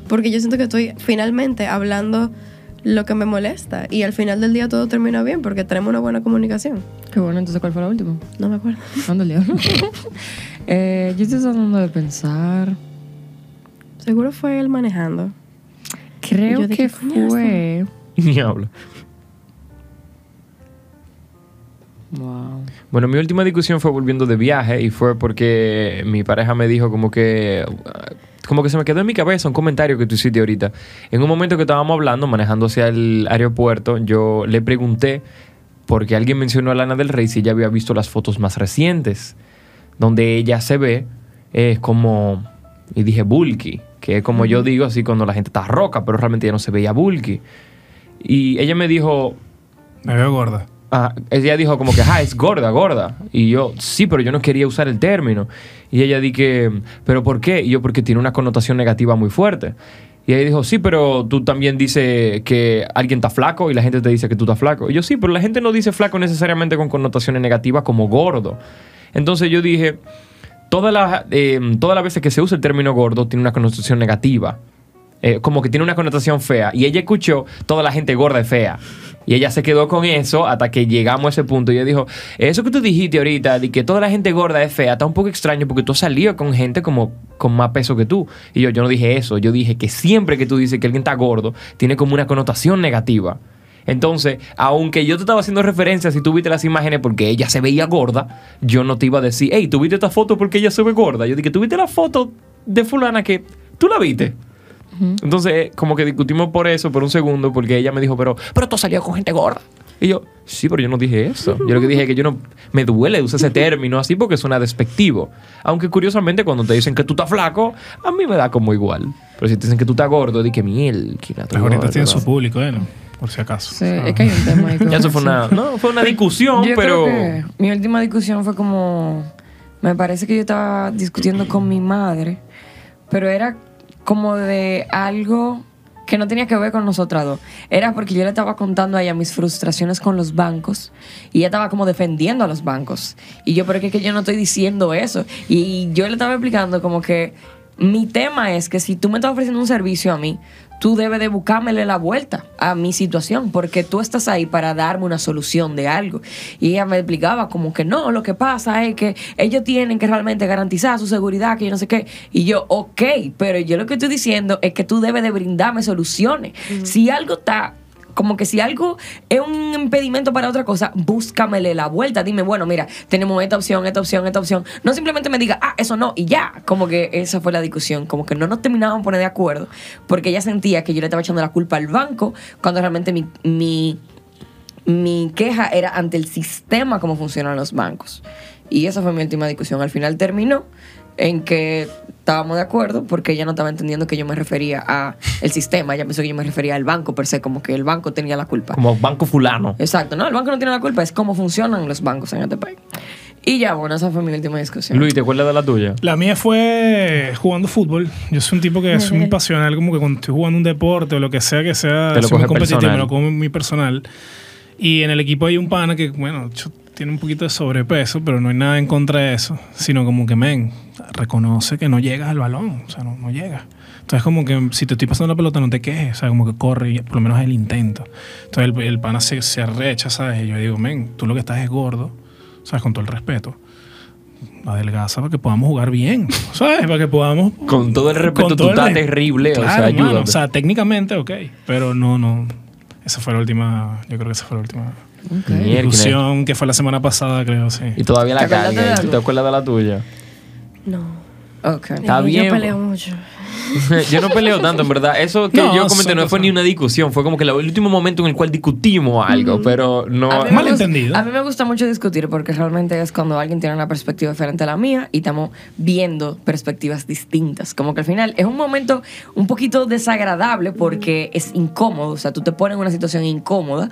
Speaker 4: porque yo siento que estoy finalmente hablando lo que me molesta y al final del día todo termina bien porque tenemos una buena comunicación.
Speaker 3: Qué bueno, entonces, ¿cuál fue la última?
Speaker 4: No me acuerdo.
Speaker 3: ¿Dónde le eh, Yo estoy tratando de pensar.
Speaker 4: Seguro fue él manejando.
Speaker 3: Creo
Speaker 4: Yo dije,
Speaker 3: que
Speaker 4: "Coñazo".
Speaker 3: fue.
Speaker 1: Ni habla.
Speaker 3: Wow.
Speaker 1: Bueno, mi última discusión fue volviendo de viaje y fue porque mi pareja me dijo como que... ah, Como que se me quedó en mi cabeza un comentario que tú hiciste ahorita. En un momento que estábamos hablando, manejando hacia el aeropuerto, yo le pregunté porque alguien mencionó a Lana del Rey si ella había visto las fotos más recientes, donde ella se ve es como... Y dije bulky, que es como yo digo así cuando la gente está roca, pero realmente ella no se veía bulky. Y ella me dijo,
Speaker 2: Me veo gorda.
Speaker 1: Ah, ella dijo como que, ah, es gorda, gorda. Y yo, sí, pero yo no quería usar el término. Y ella dije, ¿pero por qué? Y yo, porque tiene una connotación negativa muy fuerte. Y ella dijo, sí, pero tú también dices que alguien está flaco y la gente te dice que tú estás flaco. Y yo, sí, pero la gente no dice flaco necesariamente con connotaciones negativas como gordo. Entonces yo dije, todas las, eh, todas las veces que se usa el término gordo tiene una connotación negativa. Eh, como que tiene una connotación fea. Y ella escuchó toda la gente gorda es fea. Y ella se quedó con eso hasta que llegamos a ese punto. Y ella dijo, eso que tú dijiste ahorita, de que toda la gente gorda es fea, está un poco extraño porque tú has salido con gente como con más peso que tú. Y yo, yo no dije eso. Yo dije que siempre que tú dices que alguien está gordo, tiene como una connotación negativa. Entonces, aunque yo te estaba haciendo referencia si tú viste las imágenes porque ella se veía gorda, yo no te iba a decir, hey, tú viste esta foto porque ella se ve gorda. Yo dije, tú viste la foto de fulana que tú la viste. Entonces, eh, como que discutimos por eso, por un segundo, porque ella me dijo, pero, pero tú salías con gente gorda. Y yo, sí, pero yo no dije eso. Yo lo que dije es que yo no, me duele usar ese término así porque suena despectivo. Aunque curiosamente cuando te dicen que tú estás flaco, a mí me da como igual. Pero si te dicen que tú estás gordo, di que miel, que
Speaker 2: Las gorditas tienen su público, ¿eh? ¿no? Por si acaso.
Speaker 3: Sí,
Speaker 2: ¿sabes?
Speaker 3: es é que hay un tema ahí con
Speaker 1: Ya eso fue una, no, fue una discusión,
Speaker 3: Yo
Speaker 1: pero...
Speaker 3: creo que mi última discusión fue como. Me parece que yo estaba discutiendo con mi madre, pero era como de algo que no tenía que ver con nosotras dos. Era porque yo le estaba contando a ella mis frustraciones con los bancos y ella estaba como defendiendo a los bancos. Y yo, pero es que yo no estoy diciendo eso. Y yo le estaba explicando como que mi tema es que si tú me estás ofreciendo un servicio a mí, tú debes de buscármele la vuelta a mi situación, porque tú estás ahí para darme una solución de algo. Y ella me explicaba como que no, lo que pasa es que ellos tienen que realmente garantizar su seguridad, que yo no sé qué. Y yo, ok, pero yo lo que estoy diciendo es que tú debes de brindarme soluciones. Si algo está como que si algo es un impedimento para otra cosa, búscamele la vuelta. Dime, bueno, mira, tenemos esta opción, esta opción, esta opción. No simplemente me diga, ah, eso no, y ya. Como que esa fue la discusión. Como que no nos terminaban de poner de acuerdo. Porque ella sentía que yo le estaba echando la culpa al banco cuando realmente mi, mi, mi queja era ante el sistema como funcionan los bancos. Y esa fue mi última discusión. Al final terminó en que estábamos de acuerdo porque ella no estaba entendiendo que yo me refería a el sistema. Ella pensó que yo me refería al banco per se, como que el banco tenía la culpa.
Speaker 1: Como banco fulano.
Speaker 3: Exacto, no, el banco no tiene la culpa, es cómo funcionan los bancos en este país. Y ya, bueno, esa fue mi última discusión.
Speaker 1: Luis, ¿te acuerdas de la tuya?
Speaker 2: La mía fue jugando fútbol. Yo soy un tipo que soy muy pasional, como que cuando estoy jugando un deporte o lo que sea que sea,
Speaker 1: Te lo
Speaker 2: soy
Speaker 1: coges
Speaker 2: muy competitivo,
Speaker 1: personal.
Speaker 2: me lo como muy personal. Y en el equipo hay un pana que, bueno, cho- tiene un poquito de sobrepeso, pero no hay nada en contra de eso, sino como que, men, reconoce que no llegas al balón, o sea, no, no llegas. Entonces, como que si te estoy pasando la pelota, no te quejes, o sea, como que corre, y por lo menos es el intento. Entonces, el, el pana se, se arrecha, ¿sabes? Y yo digo, men, tú lo que estás es gordo, ¿sabes? Con todo el respeto adelgaza para que podamos jugar bien, ¿sabes? Para que podamos...
Speaker 1: Con todo el respeto, tú
Speaker 2: con todo el
Speaker 1: estás
Speaker 2: res-
Speaker 1: terrible, o sea,
Speaker 2: Claro, mano,
Speaker 1: ayúdame.
Speaker 2: O sea, técnicamente, ok, pero no, no. Esa fue la última, yo creo que esa fue la última
Speaker 1: Mierda.
Speaker 2: discusión que fue la semana pasada, creo, sí.
Speaker 1: Y todavía la
Speaker 3: ¿Te acuerdas de
Speaker 1: carga. ¿y
Speaker 3: algo?
Speaker 1: ¿Tú te acuerdas de la tuya?
Speaker 4: No.
Speaker 3: Ok.
Speaker 1: Está
Speaker 4: Yo
Speaker 1: bien,
Speaker 4: peleo
Speaker 1: po.
Speaker 4: mucho.
Speaker 1: yo no peleo tanto, en verdad. Eso que
Speaker 2: No,
Speaker 1: yo comenté
Speaker 2: son
Speaker 1: no fue
Speaker 2: cosas-
Speaker 1: ni una discusión, fue como que la- el último momento en el cual discutimos algo,
Speaker 2: Mm.
Speaker 1: pero no.
Speaker 3: A mí me
Speaker 2: Mal
Speaker 3: gusta-
Speaker 2: entendido.
Speaker 3: A mí me gusta mucho discutir porque realmente es cuando alguien tiene una perspectiva diferente a la mía y estamos viendo perspectivas distintas. Como que al final es un momento un poquito desagradable porque es incómodo. O sea, tú te pones en una situación incómoda.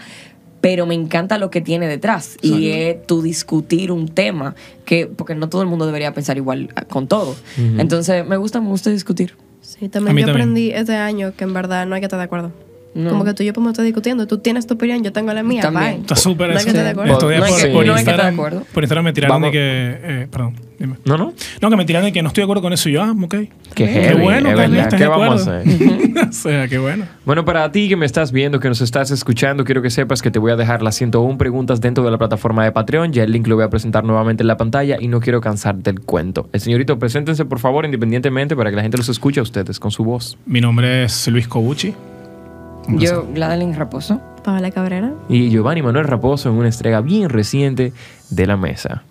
Speaker 3: Pero me encanta lo que tiene detrás y es tu discutir un tema que porque no todo el mundo debería pensar igual ah, con todo. Entonces me gusta, me gusta discutir.
Speaker 4: Sí,
Speaker 2: A
Speaker 4: también
Speaker 2: mí
Speaker 4: yo
Speaker 2: también.
Speaker 4: aprendí este año que en verdad no hay que estar de acuerdo.
Speaker 3: No.
Speaker 4: Como que tú y yo podemos estar discutiendo, tú tienes tu opinión, yo tengo la mía.
Speaker 3: También.
Speaker 4: bye.
Speaker 2: Está súper
Speaker 4: No hay
Speaker 2: eso.
Speaker 4: que estar de acuerdo.
Speaker 2: Estos días
Speaker 1: No hay
Speaker 2: por,
Speaker 1: que-
Speaker 2: por
Speaker 1: no hay
Speaker 3: que estar de
Speaker 2: Instagram,
Speaker 3: acuerdo.
Speaker 2: por Instagram me tiraron
Speaker 1: Vamos.
Speaker 2: de que... eh, perdón, dime.
Speaker 1: No, no.
Speaker 2: No, que me tiran de que no estoy de acuerdo con eso y yo, ah, ok.
Speaker 1: Qué
Speaker 2: Qué
Speaker 1: heavy,
Speaker 2: bueno,
Speaker 1: es
Speaker 2: Carlos,
Speaker 1: verdad.
Speaker 2: estás
Speaker 1: ¿Qué
Speaker 2: de
Speaker 1: vamos a
Speaker 2: acuerdo.
Speaker 1: hacer?
Speaker 2: o sea, qué bueno.
Speaker 1: Bueno, para ti que me estás viendo, que nos estás escuchando, quiero que sepas que te voy a dejar las 101 preguntas dentro de la plataforma de Patreon. Ya el link lo voy a presentar nuevamente en la pantalla y no quiero cansarte el cuento. El señorito, preséntense por favor independientemente para que la gente los escuche a ustedes con su voz.
Speaker 2: Mi nombre es Luis Cobucci. Un placer.
Speaker 3: Yo, Gladeline Raposo.
Speaker 4: Paola Cabrera.
Speaker 1: Y Giovanni Manuel Raposo en una entrega bien reciente de la mesa.